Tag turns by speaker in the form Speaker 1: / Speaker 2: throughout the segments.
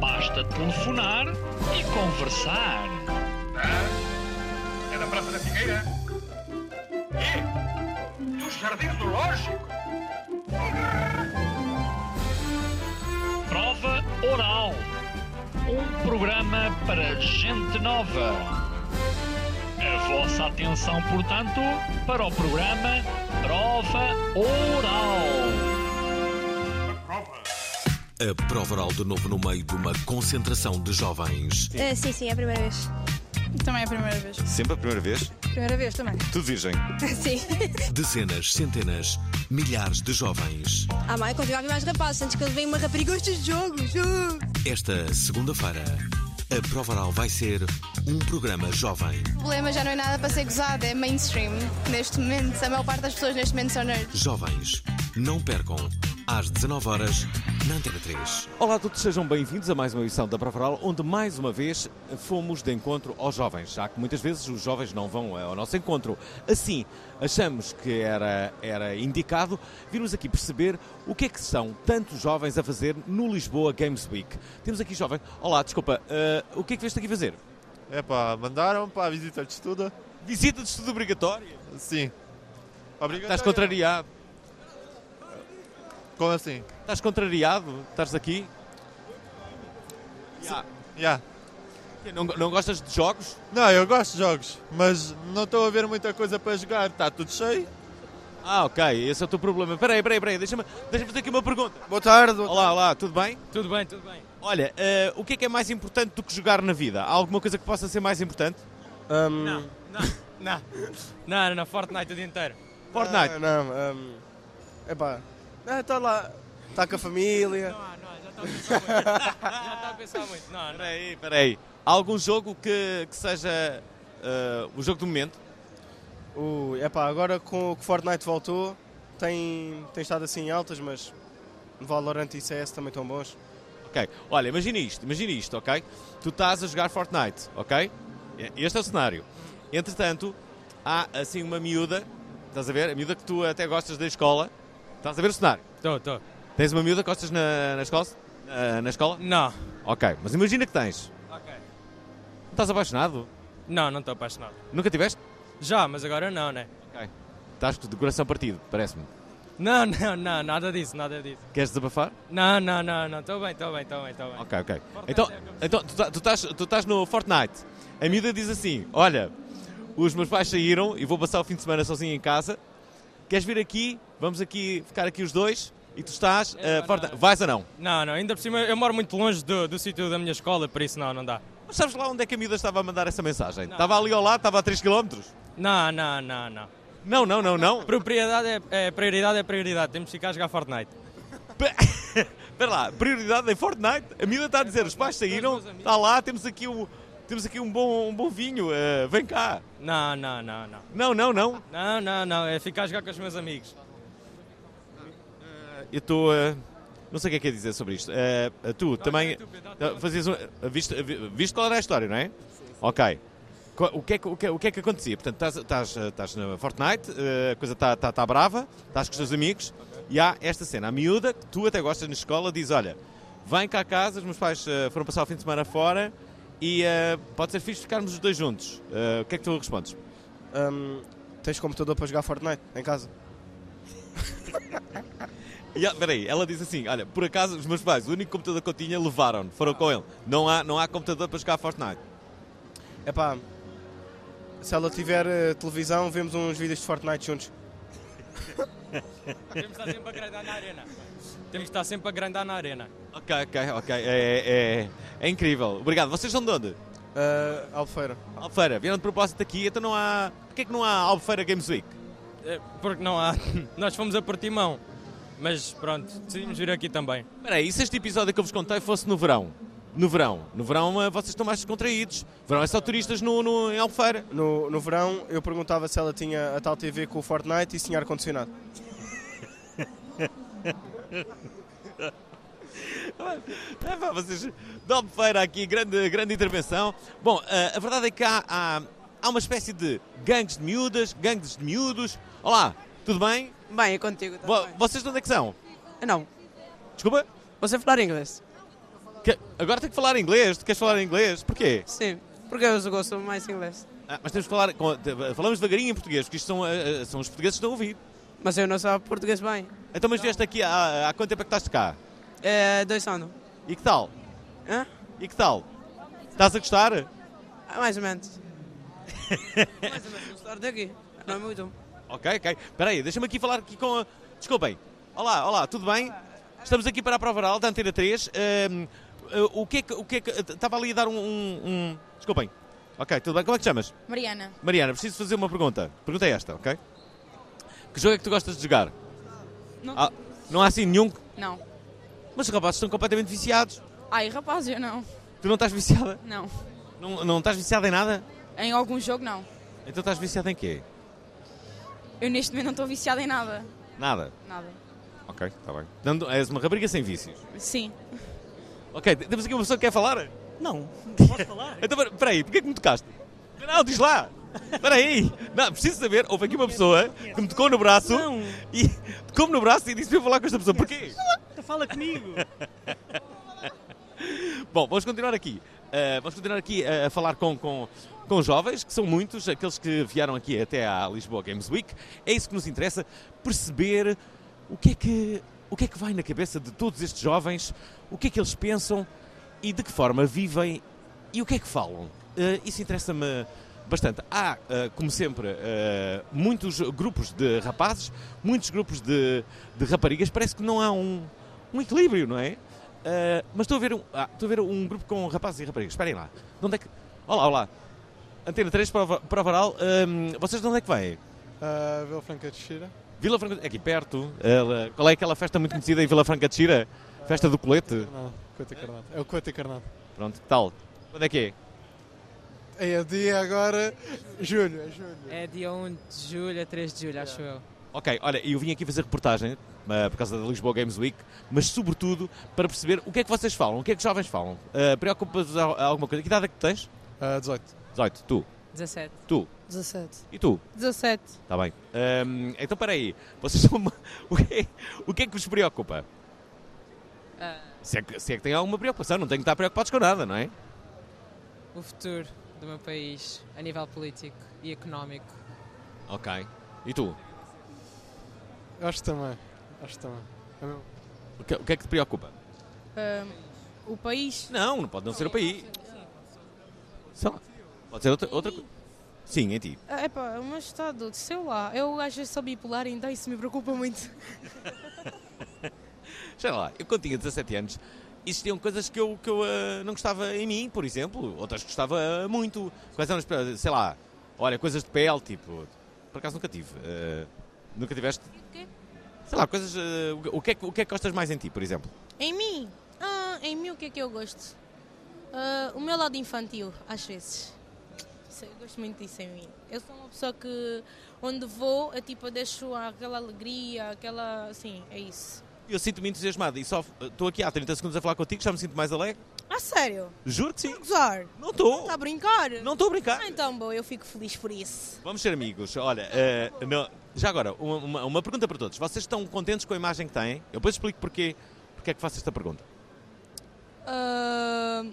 Speaker 1: Basta telefonar e conversar.
Speaker 2: Ah, é da Praça da Figueira? E? Do Jardim Zoológico?
Speaker 1: Prova Oral. Um programa para gente nova. A vossa atenção, portanto, para o programa Prova Oral.
Speaker 2: A prova.
Speaker 3: A prova oral de novo no meio de uma concentração de jovens.
Speaker 4: Ah, sim, sim, é a primeira vez.
Speaker 5: Também é a primeira vez.
Speaker 6: Sempre a primeira vez?
Speaker 5: Primeira vez também.
Speaker 6: Tudo virgem.
Speaker 4: Sim.
Speaker 3: Dezenas, centenas, milhares de jovens.
Speaker 4: Ah, mãe, quando eu havia mais rapazes, antes que ele veio uma rapariga, gosto de jogos. Uh!
Speaker 3: Esta segunda-feira, a prova oral vai ser um programa jovem.
Speaker 5: O problema já não é nada para ser gozado, é mainstream neste momento. A maior parte das pessoas neste momento são nerds.
Speaker 3: Jovens, não percam, às 19 horas na Antena 3.
Speaker 6: Olá a todos, sejam bem-vindos a mais uma edição da Prova Oral, onde mais uma vez fomos de encontro aos jovens, já que muitas vezes os jovens não vão ao nosso encontro. Assim, achamos que era, era indicado virmos aqui perceber o que é que são tantos jovens a fazer no Lisboa Games Week. Temos aqui jovem. Olá, desculpa, eh, o que é que vieste aqui fazer?
Speaker 7: É pá, mandaram para a visita de estudo?
Speaker 6: Visita de estudo obrigatória?
Speaker 7: Sim. Obrigado.
Speaker 6: Estás contrariado?
Speaker 7: Como assim?
Speaker 6: Estás contrariado? Estás aqui? Ya.
Speaker 7: Yeah.
Speaker 6: Não, não gostas de jogos?
Speaker 7: Não, eu gosto de jogos, mas não estou a ver muita coisa para jogar. Está tudo cheio.
Speaker 6: Ah, ok, esse é o teu problema. Peraí, peraí, peraí, deixa-me deixa fazer aqui uma pergunta.
Speaker 7: Boa tarde.
Speaker 6: Olá, olá, tudo bem?
Speaker 8: Tudo bem, tudo bem.
Speaker 6: Olha, eh, o que é que é mais importante do que jogar na vida? Há alguma coisa que possa ser mais importante?
Speaker 8: Não, não, não. Não, era na Fortnite o dia inteiro.
Speaker 6: Fortnite.
Speaker 9: Não, um, epá,
Speaker 8: Ah,
Speaker 9: está lá, está com a família.
Speaker 8: Não há, não há, já tá. está a pensar muito. Já está a pensar muito. Não, não.
Speaker 6: Peraí, peraí. Há algum jogo que, que seja eh, o jogo do momento?
Speaker 9: Ui, epá, agora com o que Fortnite voltou, tem, tem estado assim em altas, mas Valorant e CS também estão bons.
Speaker 6: Ok, olha, imagina isto, imagina isto, ok? Tu estás a jogar Fortnite, ok? E- Este é o cenário. Entretanto, há assim uma miúda, estás a ver? A miúda que tu até gostas da escola. Estás a ver o cenário?
Speaker 8: Estou, estou.
Speaker 6: Tens uma miúda que gostas na, na escola? Ah, Na, na escola?
Speaker 8: Não.
Speaker 6: Ok, mas imagina que tens.
Speaker 8: Ok.
Speaker 6: Não estás apaixonado?
Speaker 8: Não, não estou apaixonado.
Speaker 6: Nunca tiveste?
Speaker 8: Já, mas agora não, né?
Speaker 6: Ok. Estás de coração partido, parece-me.
Speaker 8: Não, não, não, nada disso, nada disso.
Speaker 6: Queres desabafar?
Speaker 8: Não, não, não, não, estou bem, estou bem, estou bem, estou bem.
Speaker 6: Ok, ok.
Speaker 8: Fortnite
Speaker 6: Então,
Speaker 8: é a minha
Speaker 6: então tu, tá- tu estás, tu estás no Fortnite. A miúda diz assim: Olha, os meus pais saíram e vou passar o fim de semana sozinho em casa. Queres vir aqui? Vamos aqui ficar aqui os dois. E tu estás.
Speaker 8: É,
Speaker 6: eh,
Speaker 8: pá,
Speaker 6: Fortnite.
Speaker 8: não.
Speaker 6: Vais ou não?
Speaker 8: Não, não, ainda por cima eu moro muito longe do, do sítio da minha escola, por isso não, não dá.
Speaker 6: Mas sabes lá onde é que a miúda estava a mandar essa mensagem? Estava ali ao lado, estava a 3 km?
Speaker 8: Não, não, não, não.
Speaker 6: Não, não, não, não.
Speaker 8: Propriedade é, é prioridade, é prioridade. Temos que ficar a jogar Fortnite.
Speaker 6: Espera lá, prioridade em Fortnite. A miúda está a dizer: Os pais saíram,
Speaker 8: meus amigos.
Speaker 6: está lá, temos aqui, o, temos aqui um, bom, um bom vinho, eh, vem cá.
Speaker 8: Não, não, não, não.
Speaker 6: Não, não, não.
Speaker 8: Não, não, não, é ficar a jogar com os meus amigos.
Speaker 6: Eu estou. não sei o que é que é dizer sobre isto. Eh, tu também.
Speaker 8: tu, Pedro,
Speaker 6: eh, fazias um, eh, viste, vi- viste qual era a história, não é? Ok. Co- O que, é que, o, que, é- o que é que acontecia? Portanto, estás- estás, eh, estás na Fortnite, eh, a coisa está tá, tá brava, estás com os teus amigos e há esta cena. A miúda, que tu até gostas na escola, diz: Olha, vem cá a casa, os meus pais eh, foram passar o fim de semana fora e eh, pode ser fixe ficarmos os dois juntos. Eh, o que é que tu respondes?
Speaker 9: Um, tens computador para jogar Fortnite em casa?
Speaker 6: E ela- peraí, ela diz assim: Olha, por acaso os meus pais, o único computador que eu tinha, levaram-no, foram com ele. Não há, não há computador para jogar Fortnite.
Speaker 9: Epá, se ela tiver eh, televisão, vemos uns vídeos de Fortnite juntos.
Speaker 8: Temos de estar sempre a grandar na arena. Temos de estar sempre a grandar na arena.
Speaker 6: Ok, ok, ok. É, é, é- é incrível. Obrigado. Vocês são de onde?
Speaker 9: Eh, Albufeira.
Speaker 6: Albufeira. Vieram de propósito aqui, então não há. Porquê que não há Albufeira Games Week?
Speaker 8: É, Porque não há. Nós fomos a Portimão, mas pronto, decidimos vir aqui também.
Speaker 6: Espera aí, e se este episódio que eu vos contei fosse no verão? No verão, no verão eh, vocês estão mais descontraídos. Verão é só turistas no, no, em Albufeira.
Speaker 9: No, no verão, eu perguntava se ela tinha a tal TV com o Fortnite e tinha ar-condicionado.
Speaker 6: É, pá, vocês de Albufeira aqui, grande, grande intervenção. Bom, eh, a verdade é que há, há, há uma espécie de gangues de miúdas, gangues de miúdos. Olá, tudo bem?
Speaker 10: Bem, é contigo
Speaker 6: Vo- Vocês de onde é que são?
Speaker 10: Não.
Speaker 6: Desculpa?
Speaker 10: Você falar inglês.
Speaker 6: Que- agora tem que falar inglês? Tu queres falar inglês? Porquê?
Speaker 10: Sim, porque eu gosto mais inglês.
Speaker 6: Ah, mas temos que falar. com- de- falamos devagarinho em português, porque isto são, eh, eh, são os portugueses que estão a ouvir.
Speaker 10: Mas eu não sou português bem.
Speaker 6: Então, mas vieste aqui há, há quanto tempo é que estás cá?
Speaker 10: É, dois anos.
Speaker 6: E que tal?
Speaker 10: Hã?
Speaker 6: E que tal? Estás a gostar?
Speaker 10: Ah, Mais ou menos. mais ou menos, gostar daqui. Não é muito.
Speaker 6: Ok, ok. Espera aí, deixa-me aqui falar aqui com a... Desculpem. Olá, olá, tudo bem? Estamos aqui para a prova oral da Antena 3. Ahm, ah, o que é que... o que é que- Estava ali a dar um, um- um- Desculpem. Ok, tudo bem. Como é que te chamas?
Speaker 11: Mariana,
Speaker 6: Mariana, preciso fazer uma pergunta. Pergunta é esta, ok? Que jogo é que tu gostas de jogar?
Speaker 11: Não.
Speaker 6: Ah, não há assim nenhum...
Speaker 11: não.
Speaker 6: Mas os rapazes estão completamente viciados.
Speaker 11: Ai, rapaz, eu não.
Speaker 6: Tu não estás viciada?
Speaker 11: Não.
Speaker 6: Não, não estás viciada em nada?
Speaker 11: Em algum jogo, não.
Speaker 6: Então estás viciada em quê?
Speaker 11: Eu neste momento não estou viciada em nada.
Speaker 6: Nada.
Speaker 11: Nada.
Speaker 6: Ok, está bem. Dando, és uma rapariga sem vícios.
Speaker 11: Sim.
Speaker 6: Ok, t- temos aqui uma pessoa que quer falar?
Speaker 12: Não.
Speaker 6: Posso falar? então, pera- peraí, porquê que me tocaste? Não, diz lá! Peraí! Não, preciso saber, houve aqui uma pessoa que me tocou no braço e tocou-me no braço e disse para eu falar com esta pessoa. Porquê?
Speaker 12: Fala comigo.
Speaker 6: Bom, vamos continuar aqui. Ah, vamos continuar aqui ah, a falar com, com, com jovens, que são muitos, aqueles que vieram aqui até à Lisboa Games Week. É isso que nos interessa, perceber o que é que, o que, é que vai na cabeça de todos estes jovens, o que é que eles pensam e de que forma vivem e o que é que falam. Ah, isso interessa-me bastante. Há, ah, como sempre, ah, muitos grupos de rapazes, muitos grupos de, de raparigas. Parece que não há um, um equilíbrio, não é? Uh, mas estou a ver um, ah, estou a ver um grupo com rapazes e raparigas. Esperem lá. De onde é que... Olá, olá. Antena 3 para, para Varal. Hum, vocês de onde é que vêm?
Speaker 13: Uh, Vila Franca de Xira.
Speaker 6: Vila Franca... é Aqui perto. Uh, qual é aquela festa muito conhecida em Vila Franca de Xira? Festa do colete?
Speaker 13: Não, Coeta Encarnado. É o Coeta Encarnado.
Speaker 6: Pronto, que tal? Quando é que
Speaker 13: É o dia agora. Julho, é julho.
Speaker 14: É dia 1 de julho a 3 de julho, acho eu.
Speaker 6: é? Ok, olha, eu vim aqui fazer reportagem uh, por causa da Lisboa Games Week, mas sobretudo para perceber o que é que vocês falam, o que é que os jovens falam. Uh, Preocupa-vos al- alguma coisa? Que idade é que tens?
Speaker 13: 18.
Speaker 6: 18, tu?
Speaker 14: 17.
Speaker 6: Tu?
Speaker 14: 17.
Speaker 6: E tu?
Speaker 14: 17.
Speaker 6: Está bem. Hum, então, peraí. Vocês são uma- o, que é, o que é que vos preocupa? Se é, que, se é que tem alguma preocupação, não tem que estar preocupados com nada, não é?
Speaker 14: o futuro do meu país a nível político e económico.
Speaker 6: Ok. E tu?
Speaker 13: Acho que também. Acho que também. É meu.
Speaker 6: O que, o que é que te preocupa?
Speaker 15: o país?
Speaker 6: Não, não pode não ser o país. Sei lá. Pode ser outra, outra coisa. Sim, em ti.
Speaker 15: É pá, mas está doido, sei lá. Eu acho que sou bipolar, então isso me preocupa muito.
Speaker 6: Sei lá, eu quando tinha 17 anos, existiam coisas que eu, que eu ah, não gostava em mim, por exemplo. Outras que gostava ah, muito. Quais eram, as pre- sei lá, olha, coisas de pele, tipo... Por acaso nunca tive. ah, nunca tiveste... Sei lá, coisas... ah, o que- o, que é, que- o que é que gostas mais em ti, por exemplo?
Speaker 15: Em mim? Ah, em mim o que é que eu gosto? Ah, o meu lado infantil, às vezes. Isso, Eu gosto muito disso em mim. Eu sou uma pessoa que, onde vou, eu tipo, deixo aquela alegria, aquela. Assim, é isso.
Speaker 6: Eu sinto-me entusiasmado e só ah, estou aqui há 30 segundos a falar contigo, já me sinto mais alegre.
Speaker 15: Ah, sério?
Speaker 6: Juro que sim.
Speaker 15: Gozar?
Speaker 6: Não estou.
Speaker 15: Está a brincar?
Speaker 6: Não estou a brincar.
Speaker 15: Ah, então, bom, eu fico feliz por isso.
Speaker 6: Vamos ser amigos. Olha, eh, não- já agora, uma, uma- uma pergunta para todos. Vocês estão contentes com a imagem que têm? Eu depois explico porquê, porque é que faço esta pergunta.
Speaker 16: Ah,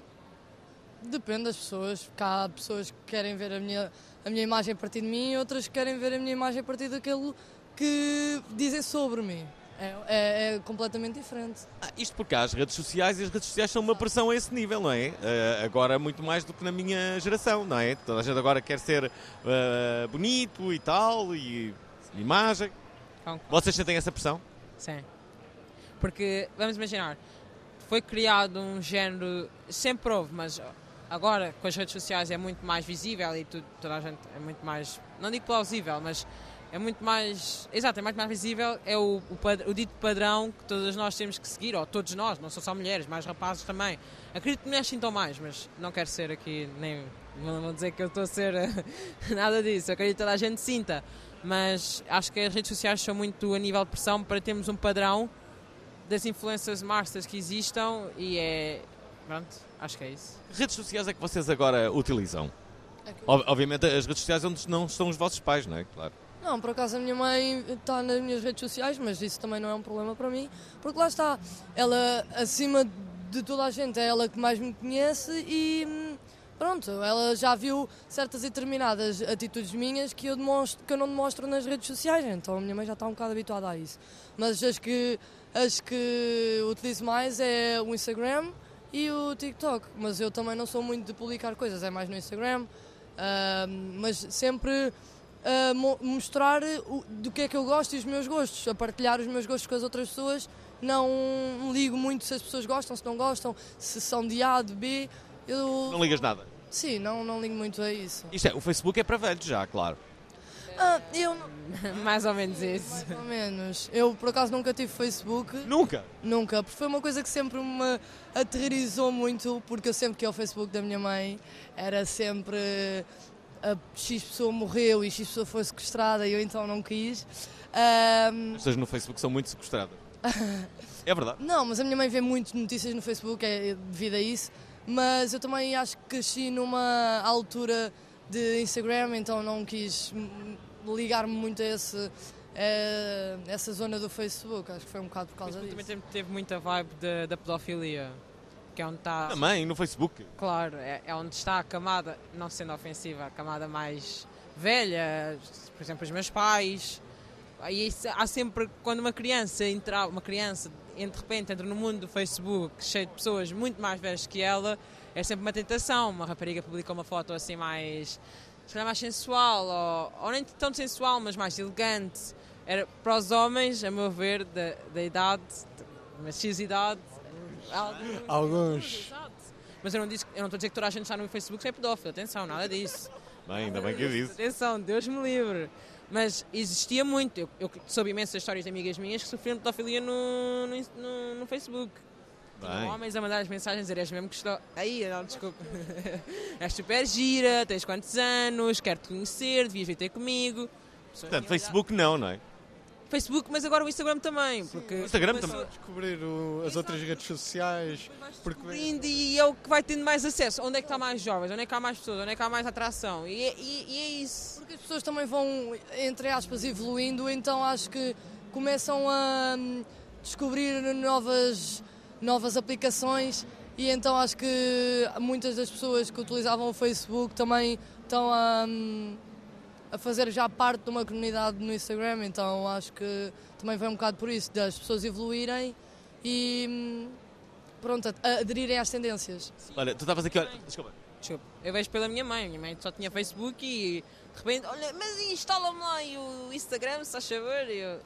Speaker 16: depende das pessoas, porque há pessoas que querem ver a minha, a minha imagem a partir de mim e outras que querem ver a minha imagem a partir daquilo que dizem sobre mim. É, é- é completamente diferente.
Speaker 6: Ah, Isto porque há as redes sociais e as redes sociais são uma pressão a esse nível, não é? Eh, agora muito mais do que na minha geração, não é? Toda a gente agora quer ser eh, bonito e tal, e imagem.
Speaker 14: Concordo.
Speaker 6: Vocês sentem essa pressão?
Speaker 14: Sim. Porque, vamos imaginar, foi criado um género, sempre houve, mas agora com as redes sociais é muito mais visível e tu- toda a gente é muito mais, não digo plausível, mas É muito mais. Exato, é muito mais visível. É o, o, pad- o dito padrão que todas nós temos que seguir, ou todos nós, não são só mulheres, mais rapazes também. Acredito que mulheres sintam mais, mas não quero ser aqui, nem. Não vou dizer que eu estou a ser nada disso. Acredito que toda a gente sinta. Mas acho que as redes sociais são muito a nível de pressão para termos um padrão das influencers masters que existam e é. Pronto, acho que é isso.
Speaker 6: Que redes sociais é que vocês agora utilizam? Ob- obviamente as redes sociais é onde não são os vossos pais, não é? Claro.
Speaker 16: Não, por acaso a minha mãe está nas minhas redes sociais, mas isso também não é um problema para mim, porque lá está, ela acima de toda a gente é ela que mais me conhece e hum, pronto, ela já viu certas e determinadas atitudes minhas que eu, demonstro, que eu não demonstro nas redes sociais, então a minha mãe já está um bocado habituada a isso. Mas as que, as que utilizo mais é o Instagram e o TikTok, mas eu também não sou muito de publicar coisas, é mais no Instagram, ah, mas sempre a mo- mostrar o- do que é que eu gosto e os meus gostos, a partilhar os meus gostos com as outras pessoas. Não ligo muito se as pessoas gostam, se não gostam, se são de A, de B. Eu,
Speaker 6: Não ligas nada.
Speaker 16: Sim, não, não ligo muito a isso.
Speaker 6: Isto é, o Facebook é para velhos já, claro.
Speaker 16: Ah, eu não-
Speaker 14: Mais ou menos isso.
Speaker 16: mais ou menos. Eu, por acaso, nunca tive Facebook.
Speaker 6: Nunca?
Speaker 16: Nunca, porque foi uma coisa que sempre me aterrorizou muito, porque eu sempre que ia ao Facebook da minha mãe era sempre a X pessoa morreu e X pessoa foi sequestrada e eu então não quis. Ah, Ahm,
Speaker 6: As pessoas no Facebook são muito sequestradas. é verdade.
Speaker 16: não, mas a minha mãe vê muito notícias no Facebook é devido a isso. Mas eu também acho que cresci numa altura de Instagram, então não quis hum, ligar-me muito a esse, eh, essa zona do Facebook. Acho que foi um bocado por
Speaker 14: Mas
Speaker 16: causa disso.
Speaker 14: também teve, teve muita vibe da- da pedofilia, que é onde está.
Speaker 6: Também, no Facebook.
Speaker 14: Claro, é, é onde está a camada, não sendo ofensiva, a camada mais velha, por exemplo, os meus pais. E isso, há sempre, quando uma criança entra, uma criança en- de repente entra no mundo do Facebook cheio de pessoas muito mais velhas que ela, é sempre uma tentação. Uma rapariga publica uma foto assim mais, se calhar mais sensual, ou, ou nem tão sensual, mas mais elegante. Era para os homens, a meu ver, da, da idade, de uma X idade, alguns
Speaker 13: Alguns.
Speaker 14: mas eu não, disse, eu não estou a dizer que toda a gente está no Facebook é pedófilo, atenção, nada disso.
Speaker 6: Bem, ainda bem é que eu disse.
Speaker 14: Atenção, Deus me livre. Mas existia muito. Eu, eu soube imensas histórias de amigas minhas que sofriam pedofilia no, no, no- no Facebook. Tinham
Speaker 6: Bem.
Speaker 14: Homens a mandar as mensagens a dizer, és mesmo que estou. Aí, não, desculpa. és super gira, tens quantos anos, quero-te conhecer, devias vir ter comigo. Pessoas
Speaker 6: Portanto,
Speaker 14: tinham
Speaker 6: Facebook não, não é?
Speaker 14: olhado- Facebook, mas agora o Instagram também. porque
Speaker 13: O
Speaker 6: Instagram
Speaker 14: começou-
Speaker 13: também. Descobrir o- as outras redes sociais. Porque
Speaker 14: descobrindo e é o que vai tendo mais acesso. Onde é que está mais jovens? Onde é que há mais pessoas? Onde é que há mais atração? E, é- e- e é isso.
Speaker 16: Porque as pessoas também vão, entre aspas, evoluindo, então acho que começam a hum, descobrir novas, novas aplicações e então acho que muitas das pessoas que utilizavam o Facebook também estão a, hum, a fazer já parte de uma comunidade no Instagram, então acho que também vem um bocado por isso, das pessoas evoluírem e hum, pronto, a- a aderirem às tendências.
Speaker 6: Olha, tu estavas aqui, olha, desculpa.
Speaker 14: Desculpa. Eu vejo pela minha mãe. Minha mãe só tinha Facebook e de repente, olha, mas instala-me lá e o Instagram, se faz favor. E eu-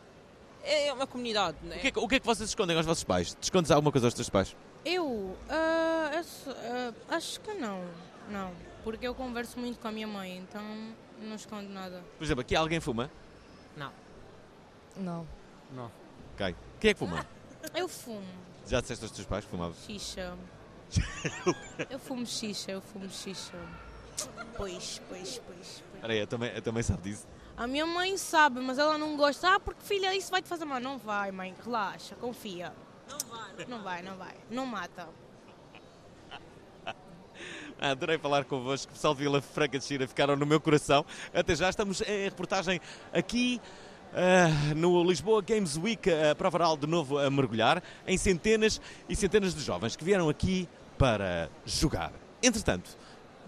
Speaker 14: É uma comunidade, não é?
Speaker 6: O que, é que, o que é que vocês escondem aos vossos pais? Escondes alguma coisa aos teus pais?
Speaker 15: Eu, ah, eu sou- ah, acho que não, não, porque eu converso muito com a minha mãe, então não escondo nada.
Speaker 6: Por exemplo, aqui alguém fuma?
Speaker 16: Não.
Speaker 13: Não.
Speaker 6: Ok. Quem é que fuma?
Speaker 15: Eu fumo
Speaker 6: Já disseste aos teus pais que fumavas?
Speaker 15: xixa. eu fumo xixa, eu fumo xixa. Pois, pois, pois. pois.
Speaker 6: Olha, eu também, eu também sabe disso.
Speaker 15: A minha mãe sabe, mas ela não gosta. Ah, porque filha, isso vai te fazer mal. Não vai, mãe, relaxa, confia. Não vai. Não vai, não vai. Não mata.
Speaker 6: Ah, adorei falar convosco. O pessoal de Vila Franca de Xira ficaram no meu coração. Até já estamos em reportagem aqui ah, no Lisboa Games Week, a prova oral de novo a mergulhar em centenas e centenas de jovens que vieram aqui para jogar. Entretanto,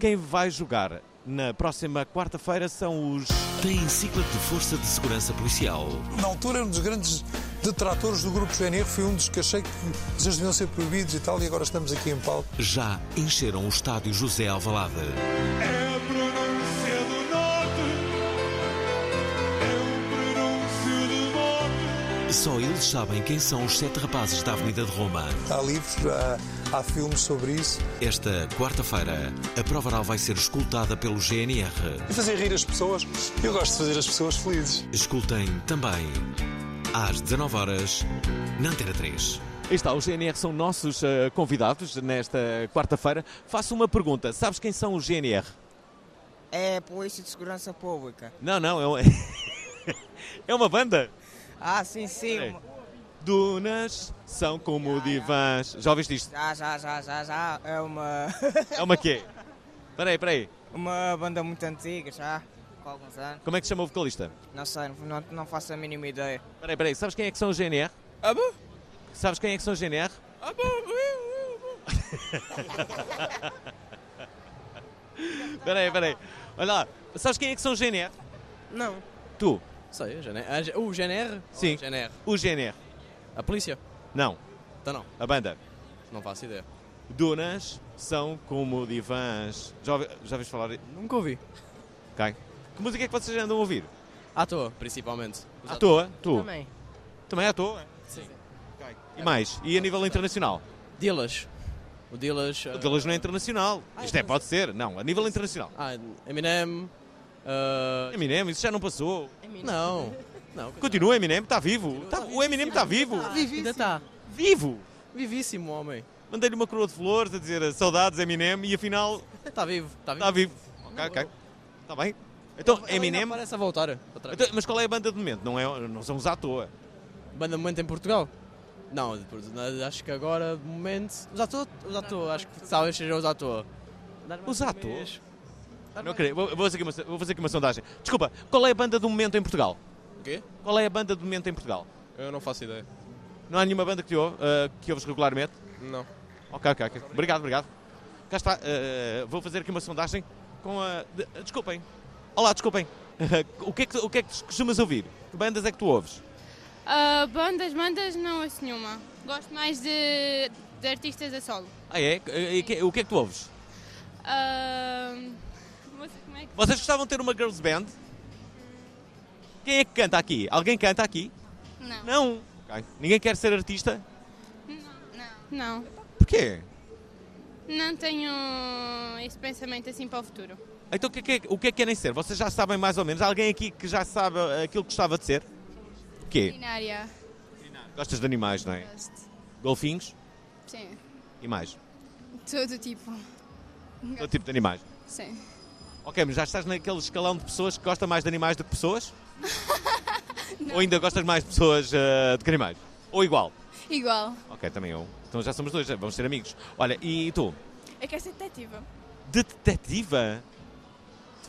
Speaker 6: quem vai jogar na próxima quarta-feira são os.
Speaker 3: Da encicla de Força de Segurança Policial.
Speaker 12: Na altura, um dos grandes detratores do grupo GNR foi um dos que achei que eles deviam ser proibidos e tal, e agora estamos aqui em palco.
Speaker 3: Já encheram o estádio José Alvalade.
Speaker 17: É a pronúncia do norte. É o pronúncio do norte.
Speaker 3: Só eles sabem quem são os sete rapazes da Avenida de Roma.
Speaker 12: Há livros, há, há filmes sobre isso.
Speaker 3: Esta quarta-feira, a Prova Oral vai ser escutada pelo GNR.
Speaker 12: E fazer rir as pessoas. Eu gosto de fazer as pessoas felizes.
Speaker 3: Escutem também, às 19 horas na Antena 3.
Speaker 6: Aí está, os GNR são nossos eh, convidados nesta quarta-feira. Faço uma pergunta: sabes quem são os GNR?
Speaker 18: É a Polícia de Segurança Pública.
Speaker 6: Não, não, é, um- é uma banda.
Speaker 18: Ah, sim, sim.
Speaker 6: Peraí. Dunas são como divãs. Já ouviste isto?
Speaker 18: Já, já, já, já, já. É uma.
Speaker 6: É uma quê? Peraí, peraí.
Speaker 18: uma banda muito antiga, já. Com alguns anos.
Speaker 6: Como é que se chama o vocalista?
Speaker 18: Não sei, não, não faço a mínima ideia.
Speaker 6: Peraí, peraí. Sabes quem é que são os GNR? Ah, Sabes quem é que são os GNR? Peraí, peraí. Olha lá. Sabes quem é que são os GNR?
Speaker 10: Não.
Speaker 6: Tu.
Speaker 10: Sei, o GNR. ah, O GNR?
Speaker 6: Sim.
Speaker 10: O GNR.
Speaker 6: O GNR.
Speaker 10: A polícia?
Speaker 6: Não.
Speaker 10: Então não.
Speaker 6: A banda.
Speaker 10: Não faço ideia.
Speaker 6: Dunas são como divãs. Já, ouvi, já ouviste falar?
Speaker 10: Nunca ouvi.
Speaker 6: Ok. Que música é que vocês andam a ouvir?
Speaker 10: À toa, principalmente.
Speaker 6: À toa? Tu?
Speaker 10: Também.
Speaker 6: Também à toa?
Speaker 10: Sim.
Speaker 6: E mais? E a nível internacional?
Speaker 10: Dillas. O Dillas. eh,
Speaker 6: O Dillas não é internacional. Isto é, pode ser. Não, a nível internacional.
Speaker 10: Ah, Eminem. ah,
Speaker 6: Eminem, isso já não passou.
Speaker 10: Não. Não.
Speaker 6: Continua Eminem, está vivo. Tá- o Eminem está vivo.
Speaker 10: Ainda está.
Speaker 6: Vivo.
Speaker 10: Vivíssimo, homem.
Speaker 6: Mandei-lhe uma coroa de flores a dizer saudades Eminem e afinal...
Speaker 10: Está Tá vivo. Está
Speaker 6: Está
Speaker 10: vivo.
Speaker 6: vivo. Ok, ok. Está bem. Então,
Speaker 10: Ele
Speaker 6: Eminem...
Speaker 10: ainda parece a voltar.
Speaker 6: Então, mas qual é a banda de momento? Não, é, não somos à toa.
Speaker 10: Banda de momento em Portugal? Não, de Portu- na- acho que agora, de momento. Os à toa, os à toa, acho que talvez seja os à toa.
Speaker 6: Os à toa? Não creio. Vou, vou fazer aqui uma, vou fazer aqui uma sondagem. Desculpa, qual é a banda do momento em Portugal?
Speaker 10: O quê?
Speaker 6: Qual é a banda do momento em Portugal?
Speaker 8: Eu não faço ideia.
Speaker 6: Não há nenhuma banda que, te ouve, eh, que ouves regularmente?
Speaker 8: Não.
Speaker 6: Ok, ok, ok. Obrigado, obrigado. Cá está. eh, vou fazer aqui uma sondagem com a. de- eh, desculpem. Olá, desculpem. o, que é que, o que é que tu costumas ouvir? Que bandas é que tu ouves?
Speaker 19: Ah, bandas, bandas, não ouço nenhuma. Gosto mais de, de artistas a solo.
Speaker 6: Ah, é? Eh, e que- o que é que tu ouves?
Speaker 19: Ah, música, como é que...
Speaker 6: Vocês gostavam de ter uma girls band? Quem é que canta aqui? Alguém canta aqui?
Speaker 19: Não.
Speaker 6: Não. Ok. Ninguém quer ser artista?
Speaker 19: Não.
Speaker 6: Porquê?
Speaker 19: Não tenho esse pensamento assim para o futuro.
Speaker 6: Então o que, é que é- o que é que querem ser? Vocês já sabem mais ou menos? Há alguém aqui que já sabe eh, aquilo que gostava de ser? O quê?
Speaker 19: Culinária.
Speaker 6: Gostas de animais, não é?
Speaker 19: Gosto.
Speaker 6: Golfinhos
Speaker 19: Sim.
Speaker 6: e mais.
Speaker 19: Todo tipo.
Speaker 6: Todo tipo de animais.
Speaker 19: Sim.
Speaker 6: Ok, mas já estás naquele escalão de pessoas que gosta mais de animais do que pessoas? Ou ainda gostas mais de pessoas eh, do que animais? Ou igual?
Speaker 20: Igual.
Speaker 6: Ok, também eu. Então já somos dois, já vamos ser amigos. Olha, e tu?
Speaker 20: Eu quero É ser detetiva.
Speaker 6: Detetiva?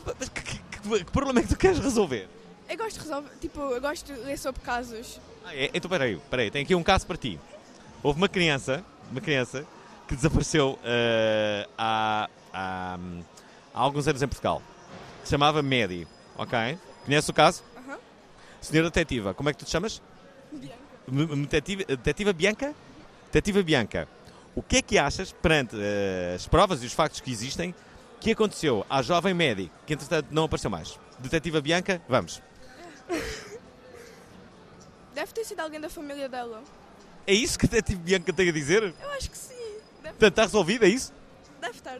Speaker 6: Tu- Mas que, que- que- que problema é que tu queres resolver?
Speaker 20: Eu gosto de resolver, tipo, eu gosto de ler sobre casos.
Speaker 6: Ah, é, então peraí, peraí, tenho aqui um caso para ti. Houve uma criança, uma criança, que desapareceu eh, há, há, hum, há alguns anos em Portugal. Se chamava Medi, ok? Conhece o caso?
Speaker 20: Aham.
Speaker 6: Senhora detetiva, como é que tu te chamas? Bianca. Detetiva, detetiva Bianca? Detetiva Bianca, o que é que achas, perante eh, as provas e os factos que existem, que aconteceu à jovem Medi, que entretanto não apareceu mais? Detetiva Bianca, vamos.
Speaker 20: Deve ter sido alguém da família dela.
Speaker 6: É isso que a Detetiva Bianca tem a dizer?
Speaker 20: Eu acho que sim. Deve,
Speaker 6: Portanto, está resolvido, é isso?
Speaker 20: deve estar.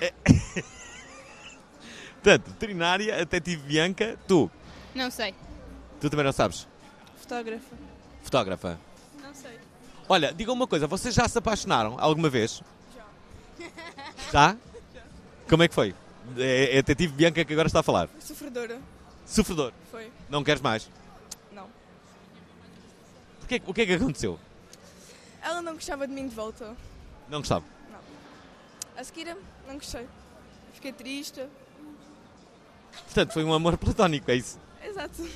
Speaker 6: Portanto, veterinária, detetive Bianca, tu.
Speaker 19: Não sei.
Speaker 6: Tu também não sabes.
Speaker 20: Fotógrafa.
Speaker 6: Fotógrafa.
Speaker 20: Não sei.
Speaker 6: Olha, diga uma coisa, vocês já se apaixonaram alguma vez? Já. Já? Como é que foi? É é a detetive Bianca que agora está a falar.
Speaker 20: Sofredora.
Speaker 6: Sofredor.
Speaker 20: Foi.
Speaker 6: Não queres mais.
Speaker 20: Não.
Speaker 6: Porquê- o que é que aconteceu?
Speaker 20: Ela não gostava de mim de volta.
Speaker 6: Não gostava.
Speaker 20: Não. A seguir, não gostei. Fiquei triste.
Speaker 6: Portanto, foi um amor platónico, é isso.
Speaker 20: Exato.